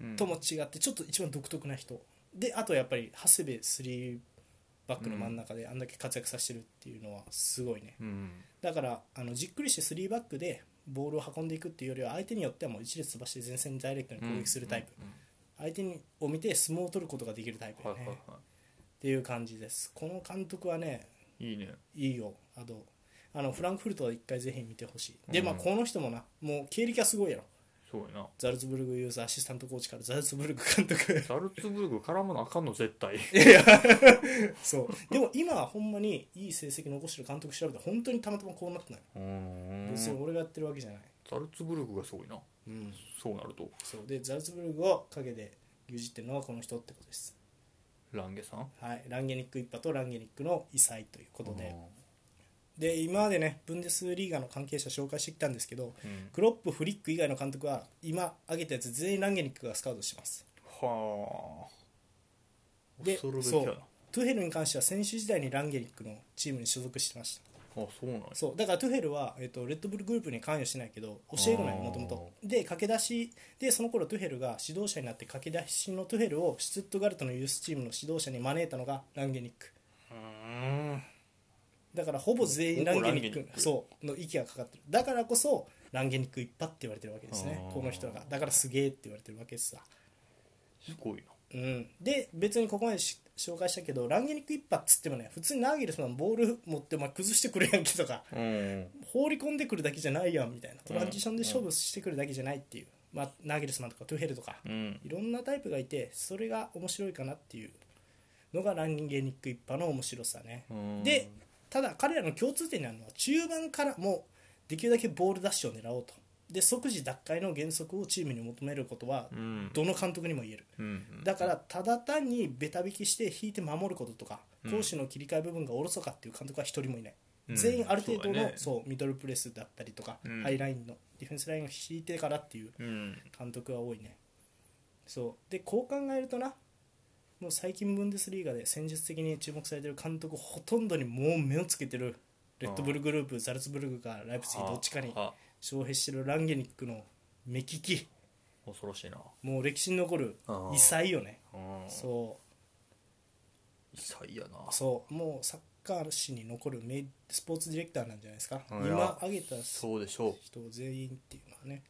B: うん
A: とも違ってちょっと一番独特な人であとやっぱり長谷部3バックの真ん中であんだけ活躍させてるっていうのはすごいね
B: うん
A: だからあのじっくりして3バックでボールを運んでいくっていうよりは相手によってはもう一列飛ばして前線にダイレクトに攻撃するタイプ、
B: うんうん
A: 相手にを見て相撲を取ることができるタイプだ
B: は
A: よ
B: い
A: ね、
B: はいは
A: っていう感じですこの監督はね
B: いいいね
A: いいよあとあのフランクフルトは一回ぜひ見てほしい、でまあ
B: うん
A: この人もなもう経歴はすごいやろ
B: そうやな
A: ザルツブルグユーザーアシスタントコーチからザルツブルグ監督
B: ザルツブルク絡むのあかんの絶対
A: そうでも今はほんまにいい成績残してる監督調べたら本当にたまたまこうなったのよ
B: うーん
A: 別に俺がやってるわけじゃない、
B: ザルツブルクがすごいな
A: うん、
B: そうなると
A: そうでザルツブルグを陰で牛耳ってるのがこの人ってことです
B: ランゲさん
A: はいランゲニック一派とランゲニックの異彩ということで、
B: う
A: で今までねブンデスリーガの関係者紹介してきたんですけど
B: ん
A: クロップフリック以外の監督は今挙げたやつ全員ランゲニックがスカウトしてます
B: はあ
A: で
B: 恐るべき
A: そ
B: やな
A: うトゥヘルに関しては選手時代にランゲニックのチームに所属してました
B: あそうなんや
A: そうだからトゥヘルは、えっとレッドブルグループに関与してないけど教え子なんよ
B: あー
A: もともとで駆け出しでその頃トゥヘルが指導者になって駆け出しのトゥヘルをシュツットガルトのユースチームの指導者に招いたのがランゲニック
B: うーん
A: だからほぼ全員ランゲニッ
B: ほぼランゲ
A: ク
B: ニック
A: そうの息がかかってるだからこそランゲニック一派って言われてるわけですね
B: あー
A: この人がだからすげえって言われてるわけですさ
B: すごいな
A: うん、で別にここまでし紹介したけどランゲニック一発っつってもね普通にナーゲルスマンボール持ってお前崩してくるやんけとか
B: うん
A: 放り込んでくるだけじゃないやんみたいなトランジションで勝負してくるだけじゃないっていう、まあ、ナーゲルスマンとかトゥヘルとか
B: うん
A: いろんなタイプがいてそれが面白いかなっていうのがランゲニック一派の面白さね、
B: うん
A: でただ彼らの共通点にあるのは中盤からもうできるだけボールダッシュを狙おうとで即時奪回の原則をチームに求めることは
B: うん
A: どの監督にも言える、
B: うん
A: だからただ単にベタ引きして引いて守ることとか
B: うん
A: 攻守の切り替え部分がおろそかっていう監督は一人もいない、
B: うん
A: 全員ある程度の
B: そ
A: そうう
B: だ,、ね
A: ミドルプレスだったりとか、
B: うん
A: ハイラインのディフェンスラインを引いてからっていう
B: うん
A: 監督が多いねそうでこう考えるとなもう最近ブンデスリーガで戦術的に注目されてる監督ほとんどにもう目をつけてるレッドブルグループザルツブルグかライプツィヒどっちかに
B: はは
A: 招聘してるランゲニックの目利き
B: 恐ろしいな
A: もう歴史に残る異彩よね
B: うん
A: そう
B: 異彩やな
A: そうもうサッカー史に残るメイスポーツディレクターなんじゃないですか
B: いや
A: 今挙げた人
B: そうでしょ
A: 全員っていうのはね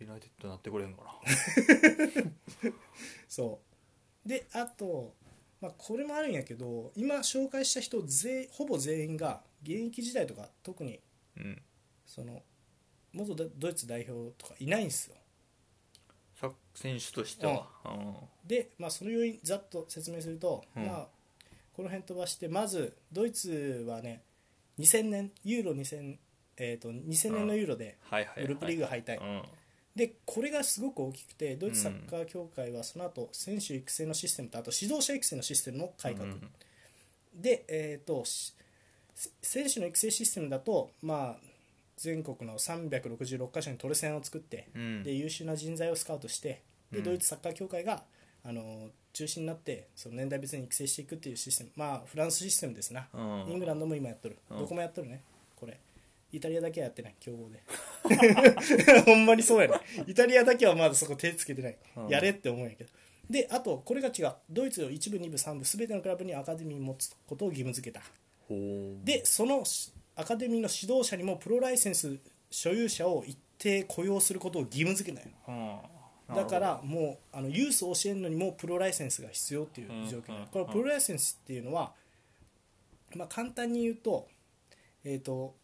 B: うユナイテッドなってくれんかな
A: そうであと、まあ、これもあるんやけど今紹介した人全ほぼ全員が現役時代とか特に
B: うん
A: その元ドドイツ代表とかいないんですよ
B: サッカー選手としてはうん
A: で、まあ、その要因ざっと説明すると、
B: うん
A: まあ、この辺飛ばしてまずドイツはね2000年ユーロ2000、えー、と2000年のユーロで
B: はいはいはい
A: グループリーグ敗退
B: うん
A: でこれがすごく大きくてドイツサッカー協会はその後選手育成のシステムとあと指導者育成のシステムの改革、
B: うん
A: で、えー、とし選手の育成システムだと、まあ、全国の366カ所にトレセンを作って、
B: うん
A: で優秀な人材をスカウトしてで
B: うん
A: ドイツサッカー協会があの中心になってその年代別に育成していくっていうシステムまあフランスシステムですな、
B: うん
A: イングランドも今やっとる、
B: うん
A: どこもやっとるねこれイタリアだけはやってない強 豪でほんまにそうやねイタリアだけはまだそこ手つけてない、
B: うん
A: やれって思うんやけどであとこれが違うドイツを1部2部3部全てのクラブにアカデミーを持つことを義務付けた
B: ほう
A: でそのアカデミーの指導者にもプロライセンス所有者を一定雇用することを義務付けない
B: うん
A: だからもうあのユースを教えるのにもプロライセンスが必要っていう状況になる、
B: うん
A: これプロライセンスっていうのは、まあ、簡単に言うと,、えー、と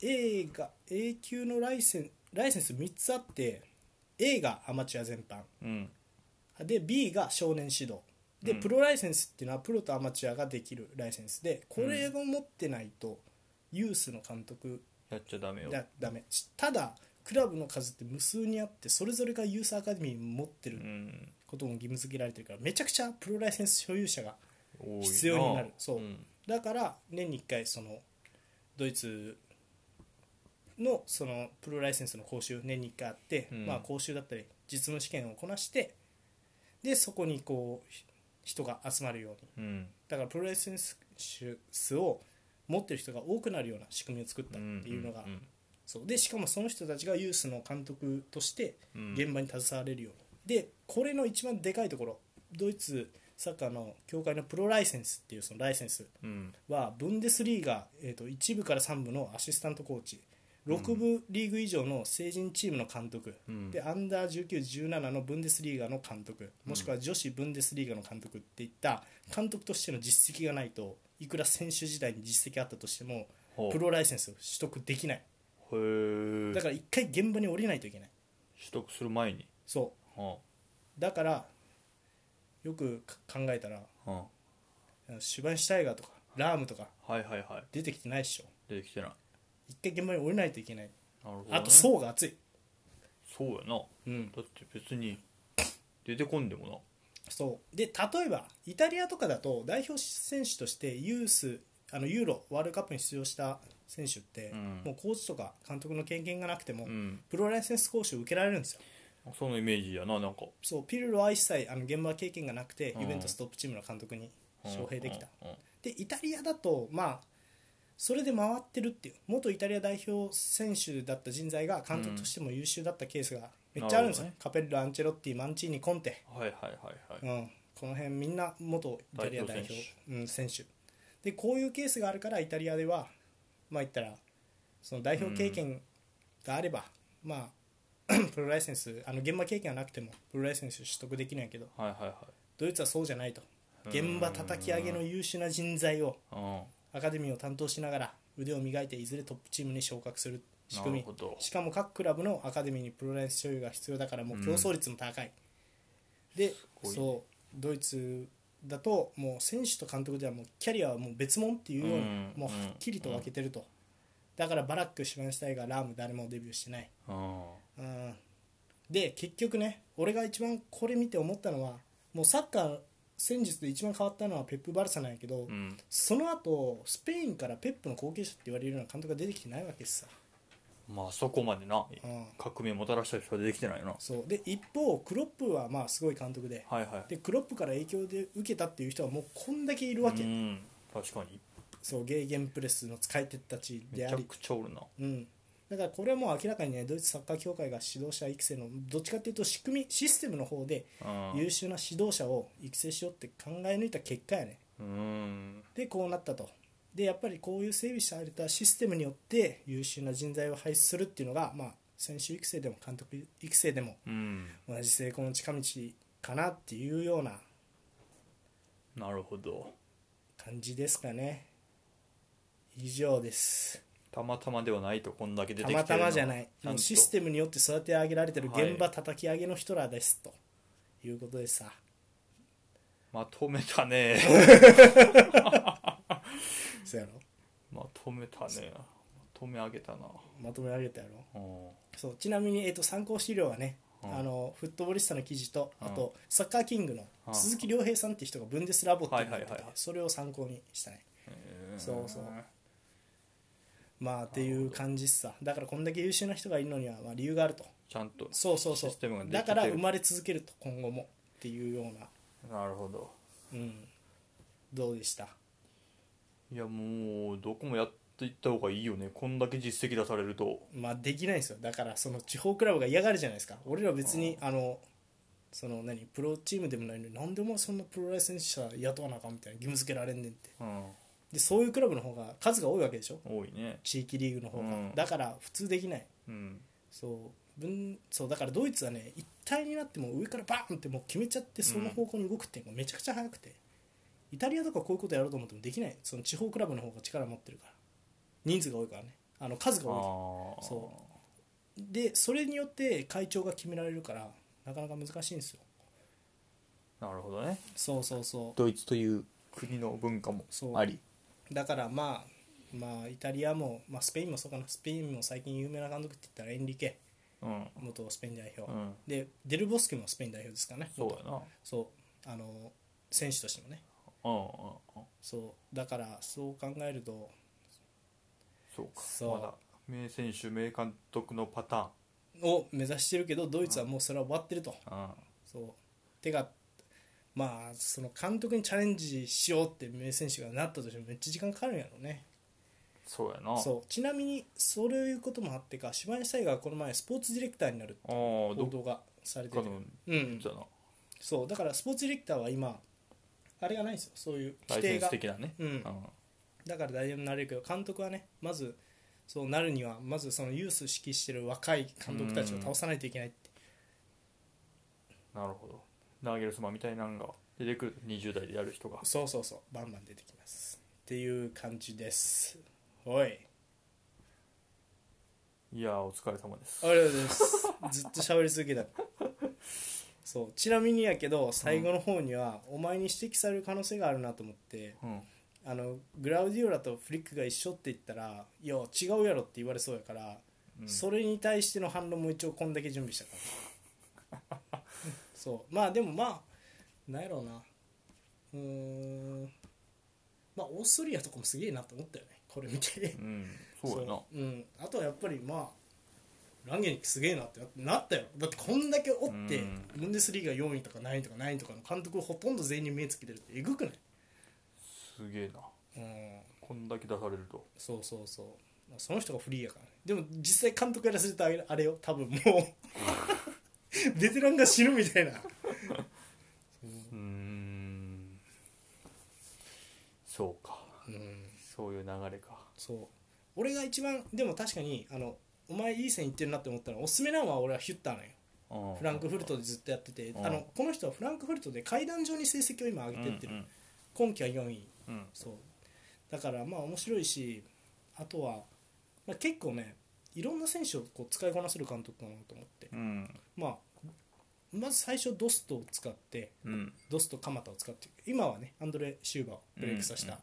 A: A が A 級のライセンライセンス3つあって A がアマチュア全般
B: うん
A: で B が少年指導で、
B: うん
A: プロライセンスっていうのはプロとアマチュアができるライセンスでこれを持ってないとユースの監督
B: やっちゃダメよ
A: だダメしただクラブの数って無数にあってそれぞれがユースアカデミー持ってる
B: うん
A: ことも義務付けられてるからめちゃくちゃプロライセンス所有者が
B: 多い
A: 必要になるそう
B: うん
A: だから年に1回そのドイツのそのプロライセンスの講習年に1回あって、
B: うん
A: まあ、講習だったり実務試験をこなしてでそこにこうひ人が集まるように
B: うん
A: だからプロライセンスを持ってる人が多くなるような仕組みを作ったっていうのが、
B: ん
A: そうでしかもその人たちがユースの監督として
B: うん
A: 現場に携われるようにでこれの一番でかいところドイツサッカーの協会のプロライセンスっていうそのライセンス
B: うん
A: はブンデスリーガ、えー、と1部から3部のアシスタントコーチ6部リーグ以上の成人チームの監督、
B: うん
A: でアンダー1917のブンデスリーガの監督もしくは女子ブンデスリーガの監督っていった監督としての実績がないといくら選手時代に実績あったとしても
B: ほう
A: プロライセンスを取得できない
B: へえ
A: だから一回現場に降りないといけない
B: 取得する前に
A: そ
B: は
A: うだからよくか考えたら
B: あは
A: あのシュバインシュタイガーとかラームとか
B: あはいはいはい
A: 出てきてないでしょ
B: 出てきてない
A: 一回現場に降りないといけない
B: なるほど、ね、
A: あと層が厚い
B: そうやな
A: うん
B: だって別に出てこんでも
A: そうで例えばイタリアとかだと代表選手としてユースあのユーロワールドカップに出場した選手って、
B: うん
A: もうコーチとか監督の経験がなくても、
B: なうん
A: プロライセンス講習を受けられるんですよ
B: そのイメージやななんか
A: そうピルロは一切あの現場経験がなくて、
B: うん
A: ユベントストップチームの監督に招聘できた、
B: うんうん
A: でイタリアだとまあそれで回ってるっていう元イタリア代表選手だった人材が監督としても優秀だったケースがめっちゃあるんですよ、
B: なるほど
A: カ
B: ね
A: ペッロアンチェロッティマンチーニコンテ、
B: うんはいはいはいはい
A: うん、この辺みんな元イタリア代表
B: 代表
A: うん、選手でこういうケースがあるからイタリアではまあ言ったらその代表経験があれば、まあ プロライセンスあの現場経験はなくてもプロライセンス取得できるんやけど
B: はいはいはい
A: ドイツはそうじゃないと
B: うん
A: 現場叩き上げの優秀な人材を
B: うん
A: アカデミーを担当しながら腕を磨いていずれトップチームに昇格する仕組
B: な
A: み
B: るほど
A: しかも各クラブのアカデミーにプロライセンス所有が必要だからもう競争率も高い、で
B: ごいね
A: そうドイツだともう選手と監督ではもうキャリアはもう別物っていうように
B: うん
A: もうはっきりと分けてるとだからバラック・シュバンシュタイガーラーム誰もデビューしてない
B: うん
A: うんで結局ね俺が一番これ見て思ったのはもうサッカー戦術で一番変わったのはペップ・バルサなんやけど、
B: うん
A: その後スペインからペップの後継者って言われるような監督が出てきてないわけですさ、
B: まあそこまでな
A: うん、
B: 革命もたらした人は出てきてないよな
A: そうで一方クロップはまあすごい監督で
B: はいはい
A: でクロップから影響で受けたっていう人はもうこんだけいるわけ、
B: うん確かに
A: そうゲーゲンプレスの使い手たちで
B: め
A: あ
B: ちゃ
A: り、
B: くちゃおるな
A: うん、だからこれはもう明らかにねドイツサッカー協会が指導者育成のどっちかっていうと仕組みシステムの方で
B: うん
A: 優秀な指導者を育成しようって考え抜いた結果やね
B: うん
A: でこうなったとでやっぱりこういう整備されたシステムによって優秀な人材を輩出するっていうのが、まあ、選手育成でも監督育成でも
B: うん
A: 同じ成功の近道かなっていうような
B: なるほど
A: 感じですかね以上です
B: たまたまではないとこんだけ出
A: た
B: てき
A: ま
B: てる
A: たまじゃ
B: い
A: ない
B: ちゃんと
A: システムによって育て上げられてる現
B: は
A: 場叩き上げの人らです、ということでさ
B: まとめたね
A: そうやろ
B: まとめたねまとめ上げたな
A: まとめ上げたやろ
B: うん
A: そうちなみに、えっと参考資料はね、
B: うん
A: あのフットボリスタの記事と、
B: うん
A: あとサッカーキングの
B: うん
A: 鈴木亮平さんって人がブンデスラボっていうのをやってて、
B: はいはいはいはい
A: それを参考にしたね
B: へー
A: そうそうまあってい
B: なる
A: う
B: ほど
A: 感じっすさだからこんだけ優秀な人がいるのにはまあ理由があると
B: ちゃんと
A: そうそうそう
B: システムができて
A: だ
B: る
A: から生まれ続けると今後もっていうような
B: なるほど
A: うんどうでした
B: いやもうどこもやっていった方がいいよねこんだけ実績出されると
A: まあできないんですよだからその地方クラブが嫌がるじゃないですか俺ら別にあのその何プロチームでもないのになんでお前そんなプロライセンス者雇わなあかんみたいな義務付けられんねんって
B: うん
A: でそういうクラブの方が数が多いわけでしょ
B: 多いね
A: 地域リーグの方が、
B: うん
A: だから普通できない
B: うん
A: そう分そうだからドイツはね一体になってもう上からバーンってもう決めちゃってその方向に動くっていうのがめちゃくちゃ速くてイタリアとかこういうことやろうと思ってもできないその地方クラブの方が力持ってるから人数が多いからねあの数が
B: ああ
A: 多いそでそれによって会長が決められるからなかなか難しいんですよ
B: なるほどね
A: そうそうそ
B: ドイツという国の文化も
A: そう
B: あり
A: うだからまあまあイタリアも、まあ、スペインもそうかなスペインも最近有名な監督って言ったらエンリケ
B: うん
A: 元スペイン代表、
B: うん
A: でデルボスケもスペイン代表ですからね
B: そう
A: 元
B: やな
A: そうあの選手としてもね
B: うんうんうん
A: そうだからそう考えると
B: そうか
A: そう
B: まだ名選手名監督のパタ
A: を目指してるけどドイツはもうそれは終わってると、
B: ーン
A: そうてかまあその監督にチャレンジしようって名選手がなったとしてもめっちゃ時間かかるんやろうね
B: そうやな
A: そうちなみにそういうこともあってかシュバインシュタイガーはこの前スポーツディレクターになる
B: ああ
A: 報
B: ど
A: 道がされて
B: カ
A: る
B: ノン
A: うん
B: じゃな
A: そうだからスポーツディレクターは今あれがないんですよそういう
B: ラ
A: 規
B: イ
A: 定
B: センス
A: が、
B: 的なね、
A: うん、だから大丈夫になれるけど監督はねまずそうなるにはまずそのユース指揮してる若い監督たちを倒さないといけないって
B: なるほどナーゲルスマンみたいなんが出てくる20代でやる人が
A: そうそうそうバンバン出てきますっていう感じですおい
B: いやーお疲れ様です
A: ありがとうございますずっと喋り続けたそうちなみにやけど最後の方には、お前に指摘される可能性があるなと思って
B: うん
A: あのグラウディオラとフリックが一緒って言ったら「いや違うやろ」って言われそうやから、
B: うん
A: それに対しての反論も一応こんだけ準備したからそうまあでもまあなんやろうなうーんまあオーストリアとかもすげえなと思ったよねこれ見て
B: うんそうやな
A: そううん、あとはやっぱりまあランゲニックすげえなってななったよだってこんだけおって
B: うん
A: ブンデスリーが4位とか9位とか9位とかの監督をほとんど全員に目つけてるってえぐくない
B: すげえな
A: うん
B: こんだけ出されると
A: そうそうそうまあその人がフリーやからねでも実際監督からするとあれあれよ多分も うベテランが死ぬみたいな
B: うーんそうか
A: うん
B: そういう流れか
A: そう俺が一番でも確かにあのお前いい線いってるなって思ったのはおすすめなのは俺はヒュッターなんよフ
B: フ
A: ランクフルトでずっとやってて、
B: うん
A: あのこの人はフランクフルトで階段上に成績を今上げてってる、
B: うん
A: 今季は4位
B: うんうん
A: そうだからまあ面白いしあとは、まあ、結構ねいろんな選手をこう使いこなせる監督かなと思って、
B: うん
A: まあ、まず最初ドストを使って
B: うん
A: ドスト鎌田を使って今はねアンドレ・シューバーをブレイクさせた、まあ、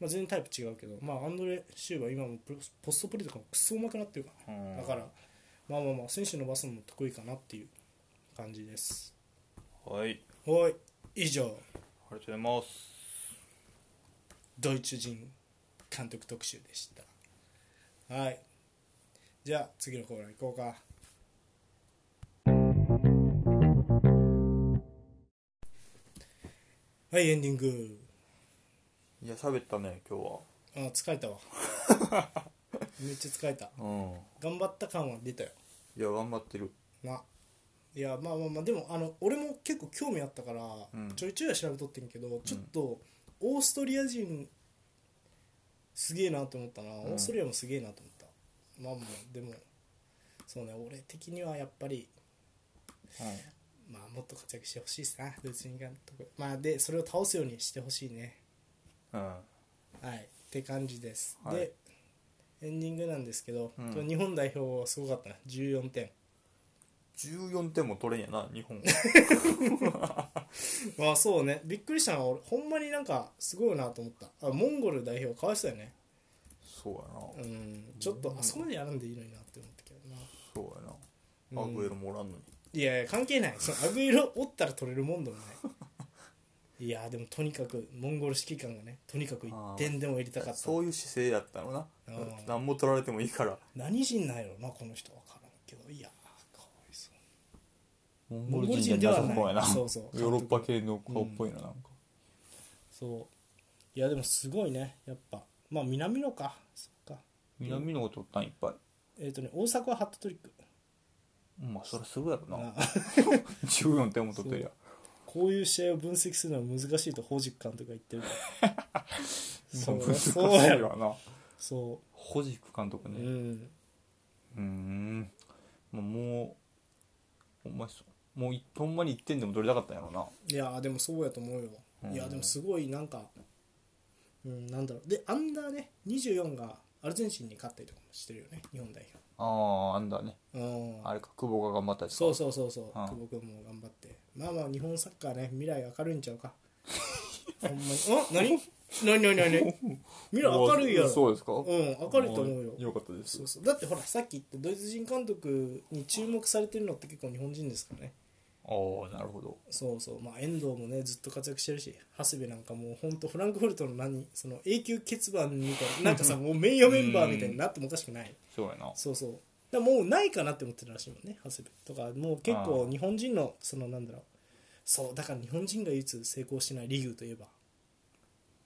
A: 全然タイプ違うけど、まあ、アンドレ・シューバー今もプロポストプレーとかもクソうまくなってるから
B: うん
A: だからまあまあまあ選手伸ばすのも得意かなっていう感じです
B: はいあり
A: はい以上
B: がとうございます
A: ドイツ人監督特集でしたはいじゃあ次のコーナー行こうかはいエンディング
B: いや喋ったね今日は
A: あ疲れた わめっちゃ疲れた
B: うん
A: 頑張った感は出たよ
B: いや頑張ってる
A: ないやまあまあまあでもあの俺も結構興味あったから、
B: うん
A: ちょいちょいは調べとってんけどちょっとオーストリア人すげえなと思ったな、オーストリアもすげえなと思ったまあまあでもそうね俺的にはやっぱりまあもっと活躍してほしいっすなドイツ人監督まあでそれを倒すようにしてほしいね
B: うん
A: はいって感じです、
B: はい
A: でエンディングなんですけど、
B: うん
A: これ日本代表はすごかったな14点
B: 14点も取れんやな 日本
A: まあそうねびっくりしたのは俺ほんまになんかすごいなと思ったあモンゴル代表かわいそうやね
B: そうやな
A: うんちょっとあそこまでやらんでいいのになって思ったけどな
B: そうや
A: う
B: なんアグエロもおらんのに
A: いやいや関係ないそのアグエロおったら取れるもんでもない いやでもとにかくモンゴル指揮官がねとにかく1点でも入れたかった
B: そういう姿勢やったのな
A: うん
B: 何も取られてもいいから
A: 何人なんやろなこの人わからんけどいやかわいそう
B: モン
A: ゴル人じゃなさそうやな
B: そう
A: そうそう
B: ヨーロッパ系の顔っぽいななんか
A: そういやでもすごいねやっぱまあ南野かそっか
B: 南の方取ったんいっぱい
A: えっ、とね大阪はハットトリック
B: まあそれすぐやろな
A: あ
B: 14点も取ってりゃ
A: こういう試合を分析するのは難しいとホジック監督が言って るからそ
B: そう
A: う
B: そう
A: そうや
B: や
A: ろ
B: わな
A: そ
B: ホジク監督
A: う、う
B: ね
A: ん、
B: うーんまあもうお前そうもういほんまに1点でも取りたかったんやろない
A: やーでもそうやと思うよ、
B: うん
A: いやでもすごいなんか、うん、なんだろうでアンダーね24がアルゼンチンに勝ったりとかもしてるよね日本代
B: あああんだね
A: 表うん
B: あれか久保が頑張ったりとか
A: そうそうそうそう
B: ああ
A: 久保君も頑張ってまあまあ日本サッカーね未来明るいんちゃうか ほんまにあ何何何 何何未来明るいやろ
B: そうですか
A: うん明るいと思うよ
B: よかったです
A: そうそうだってほらさっき言ったドイツ人監督に注目されてるのって結構日本人ですからね
B: ああなるほど
A: そうそうまあ遠藤もねずっと活躍してるし長谷部なんかもうほんとフランクフルトの何その永久欠番みたい ななんかさもう名誉メンバーみたいになってもおかしくない
B: そうやな
A: そうそうだからもうないかなって思ってるらしいもんね長谷部とかもう結構
B: ああ
A: 日本人のそのなんだろうそうだから日本人が唯一成功してないリーグといえば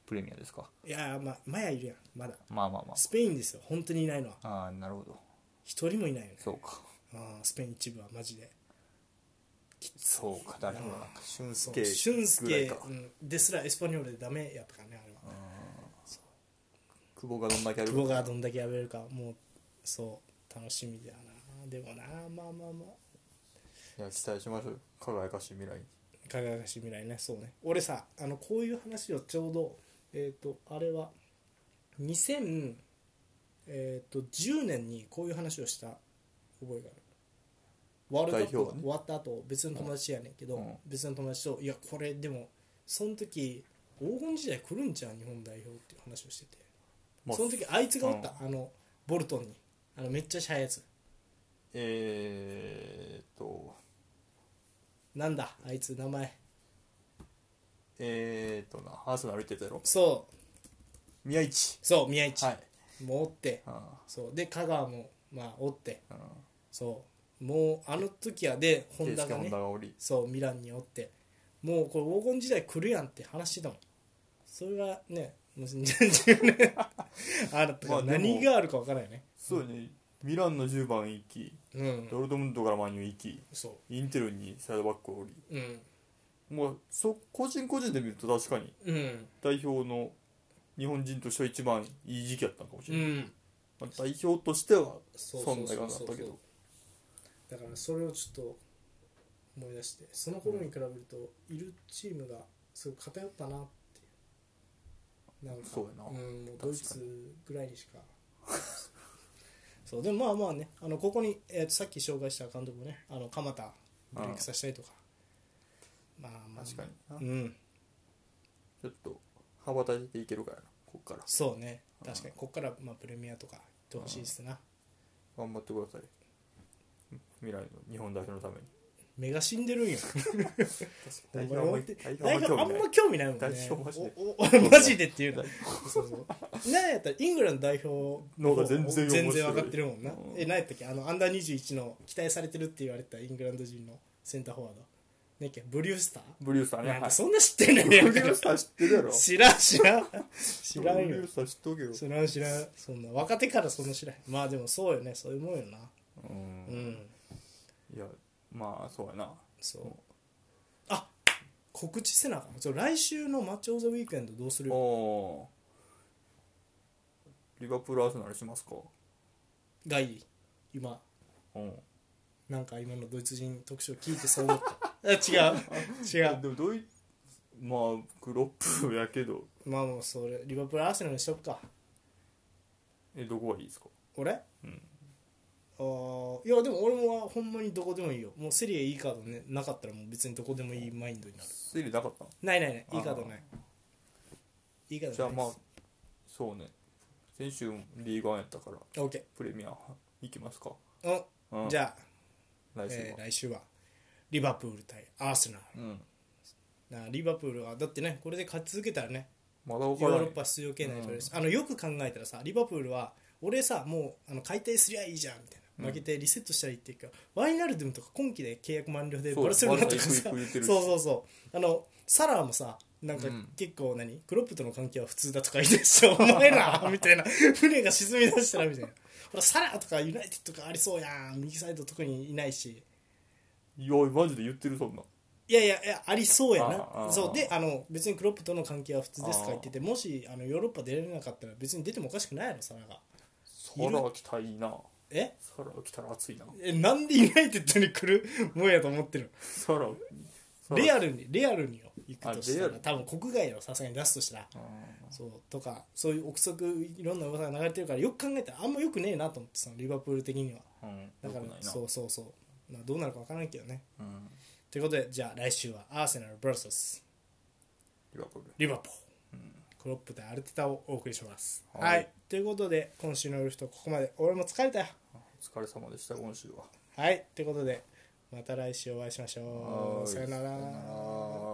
B: プレミアですか
A: いやーまあマヤいるやんまだ
B: まあまあま
A: スペインですよ本当にいないのは
B: あああなるほど
A: 一人もいないよね
B: そうか
A: あースペイン一部はマジで
B: そうかだから俊
A: そう
B: 介
A: 俊
B: ぐらい
A: 介
B: か、
A: うんですらエスパニョールでダメやったからねあれは
B: 久保がどんだけやる
A: 久保がど
B: ん
A: んだけやれるかもうそう楽しみだなでもなまあまあまあ
B: いや期待しましょう輝かしい未来に
A: 輝かしい未来ねそうね俺さあのこういう話をちょうどえっ、とあれは2010、えーと10年にこういう話をした覚えがあるワールドカップ
B: 代
A: が
B: 表
A: 終
B: ね
A: わった後別の友達やねんけど、
B: うん
A: 別の友達と「いやこれでもその時黄金時代来るんじゃん日本代表」っていう話をしてて
B: まあ
A: その時あいつがおった、あのボルトンにあのめっちゃ速いやつ
B: えー、っと
A: なんだあいつ名前
B: えー、っとなアーセナル行ってたやろ
A: そう
B: 宮市
A: そう宮市、
B: はい
A: もうおって
B: あ
A: そうで香川もまあおって
B: あうん
A: そうもうあの時はでホ
B: 圭
A: ンダ
B: 介
A: が
B: 本
A: ね
B: 田がおり
A: そうミランにおってもうこれ黄金時代来るやんって話してたもんそれはねもう2010年あると
B: ま
A: か
B: あでも
A: 何があるか分からんよね
B: そうやねミランの10番行き
A: うん
B: ドルトムントからマニュ行き
A: そ
B: インテルにサイドバックおり
A: ううん
B: もうそ個人個人で見ると確かに
A: うん
B: 代表の日本人としては一番いい時期やったのかも
A: う
B: しれない、
A: ん
B: まあ、代表としては
A: そうそう
B: 存在
A: そ
B: 感
A: う
B: だっ
A: そう
B: たけど
A: だからそれをちょっと思い出してその頃に比べるといるチームがすごい偏ったなっていうなんか、
B: そうやなん
A: もう
B: 確かに
A: ドイツぐらいにしか そうでもまあまあねあのここに、えーとさっき紹介した監督もねあの鎌田ブレイクさせたりとかまあまあ
B: 確かにな、ち
A: うん
B: ょっと羽ばたいていけるからなここから
A: そうね確かにここからまあプレミアとか行ってほしいですな
B: 頑張ってください未来の日本代表のために
A: 目が死んでるん よ代
B: 代
A: 表
B: 表
A: あ
B: はあん
A: ん
B: ま
A: ま
B: り代表はあんまり興味ない
A: 興味ないもんね
B: 代表マジで
A: おおマジでっていうのそうそうなんやったらイングランド代表
B: の方が全然面白い
A: 全然分かってるもんな、
B: うん
A: えなんやったっけあのアンダー21の期待されてるって言われたイングランド人のセンターフォワードなんやっけブリュースター
B: ブリュースターね
A: なん
B: は
A: か
B: い
A: そんな知ってんねん
B: ブリュースター知ってるや ろ
A: 知らん知らん知らん
B: ブリュ
A: よ
B: ースター知っとけよ
A: 知らん知らんそんな若手からそんな知らんまあでもそうよねそういうもんよな
B: う
A: うんん
B: いやまあそうやな
A: そうあ告知せなあかんそう来週のマッチ・オブ・ザ・ウィークエンドどうする
B: おーリバプールアーセナルしますか
A: がいい今
B: うん
A: なんか今のドイツ人特集を聞いてそう思った あ違う違う
B: でもドイツまあクロップやけど
A: まあもうそれリバプールアーセナルにしとくか
B: えどこがいいですか
A: 俺
B: うん
A: あーいやでも俺もほんまにどこでもいいよもうセリエいいカード、ね、なかったらもう別にどこでもいいマインドになる
B: 推理なかったの
A: ないないない
B: あー
A: いいカードないいいカー
B: じ
A: ド
B: ゃ
A: な
B: あ
A: い
B: まあそうね先週リーグワンやったから
A: あ OK
B: プレミア行きますか、
A: お
B: うん、
A: じゃあ、
B: 来週は、
A: えー来週はリバプール対アーセナル
B: うん
A: なあリバプールはだってねこれで勝ち続けたらね
B: まだ分か
A: ヨー
B: ら
A: ロ
B: な
A: ッ
B: い
A: パ出場圏内とりあえずあのよく考えたらさリバプールは俺さもうあの解体すりゃいいじゃんみたいな負けてリセットしたらいいっていうか、ワイナルドゥムとか今期で契約満了で
B: そう
A: バルセロナとか
B: バ
A: さ
B: ルセロナ行く行く言ってるし
A: そうそうそうあのサラーもさなんか
B: うん
A: 結構何、クロップとの関係は普通だとか言ってさ お前らみたいな船が沈み出したらみたいなほらサラーとかユナイテッドとかありそうやん右サイド特にいないし
B: いやマジで言ってるそんない
A: やいやいやありそうや
B: ああ
A: な
B: あ
A: そうであの別にクロップとの関係は普通ですとか言っててもしあのヨーロッパ出られなかったら別に出てもおかしくないやろサラが
B: サラ来たいな
A: え
B: サラ来たら熱いな
A: えなんでユナイテッドに来る もんやと思ってる
B: サラ
A: のレア
B: ル
A: ルにレアルによ行くとしたら
B: あレアル
A: 多分国外をさすがに出すとしたらそうとかそういう憶測いろんな噂が流れてるからよく考えたらあんまよくねえなと思ってそのリバプール的には
B: うん
A: だから
B: 良くないな
A: そうそうそう、まあ、どうなるか分からないけどね
B: うん
A: ということでじゃあ来週はアーセナル VS
B: リバプール
A: リバポールクロップでアルテタをお送りします。
B: は
A: はいい、ということで今週のウルフとここまで俺も疲れたよ。
B: お疲れ様でした今週は
A: はいということでまた来週お会いしましょ
B: は
A: う。
B: い
A: さよな
B: さよな
A: ら
B: ら。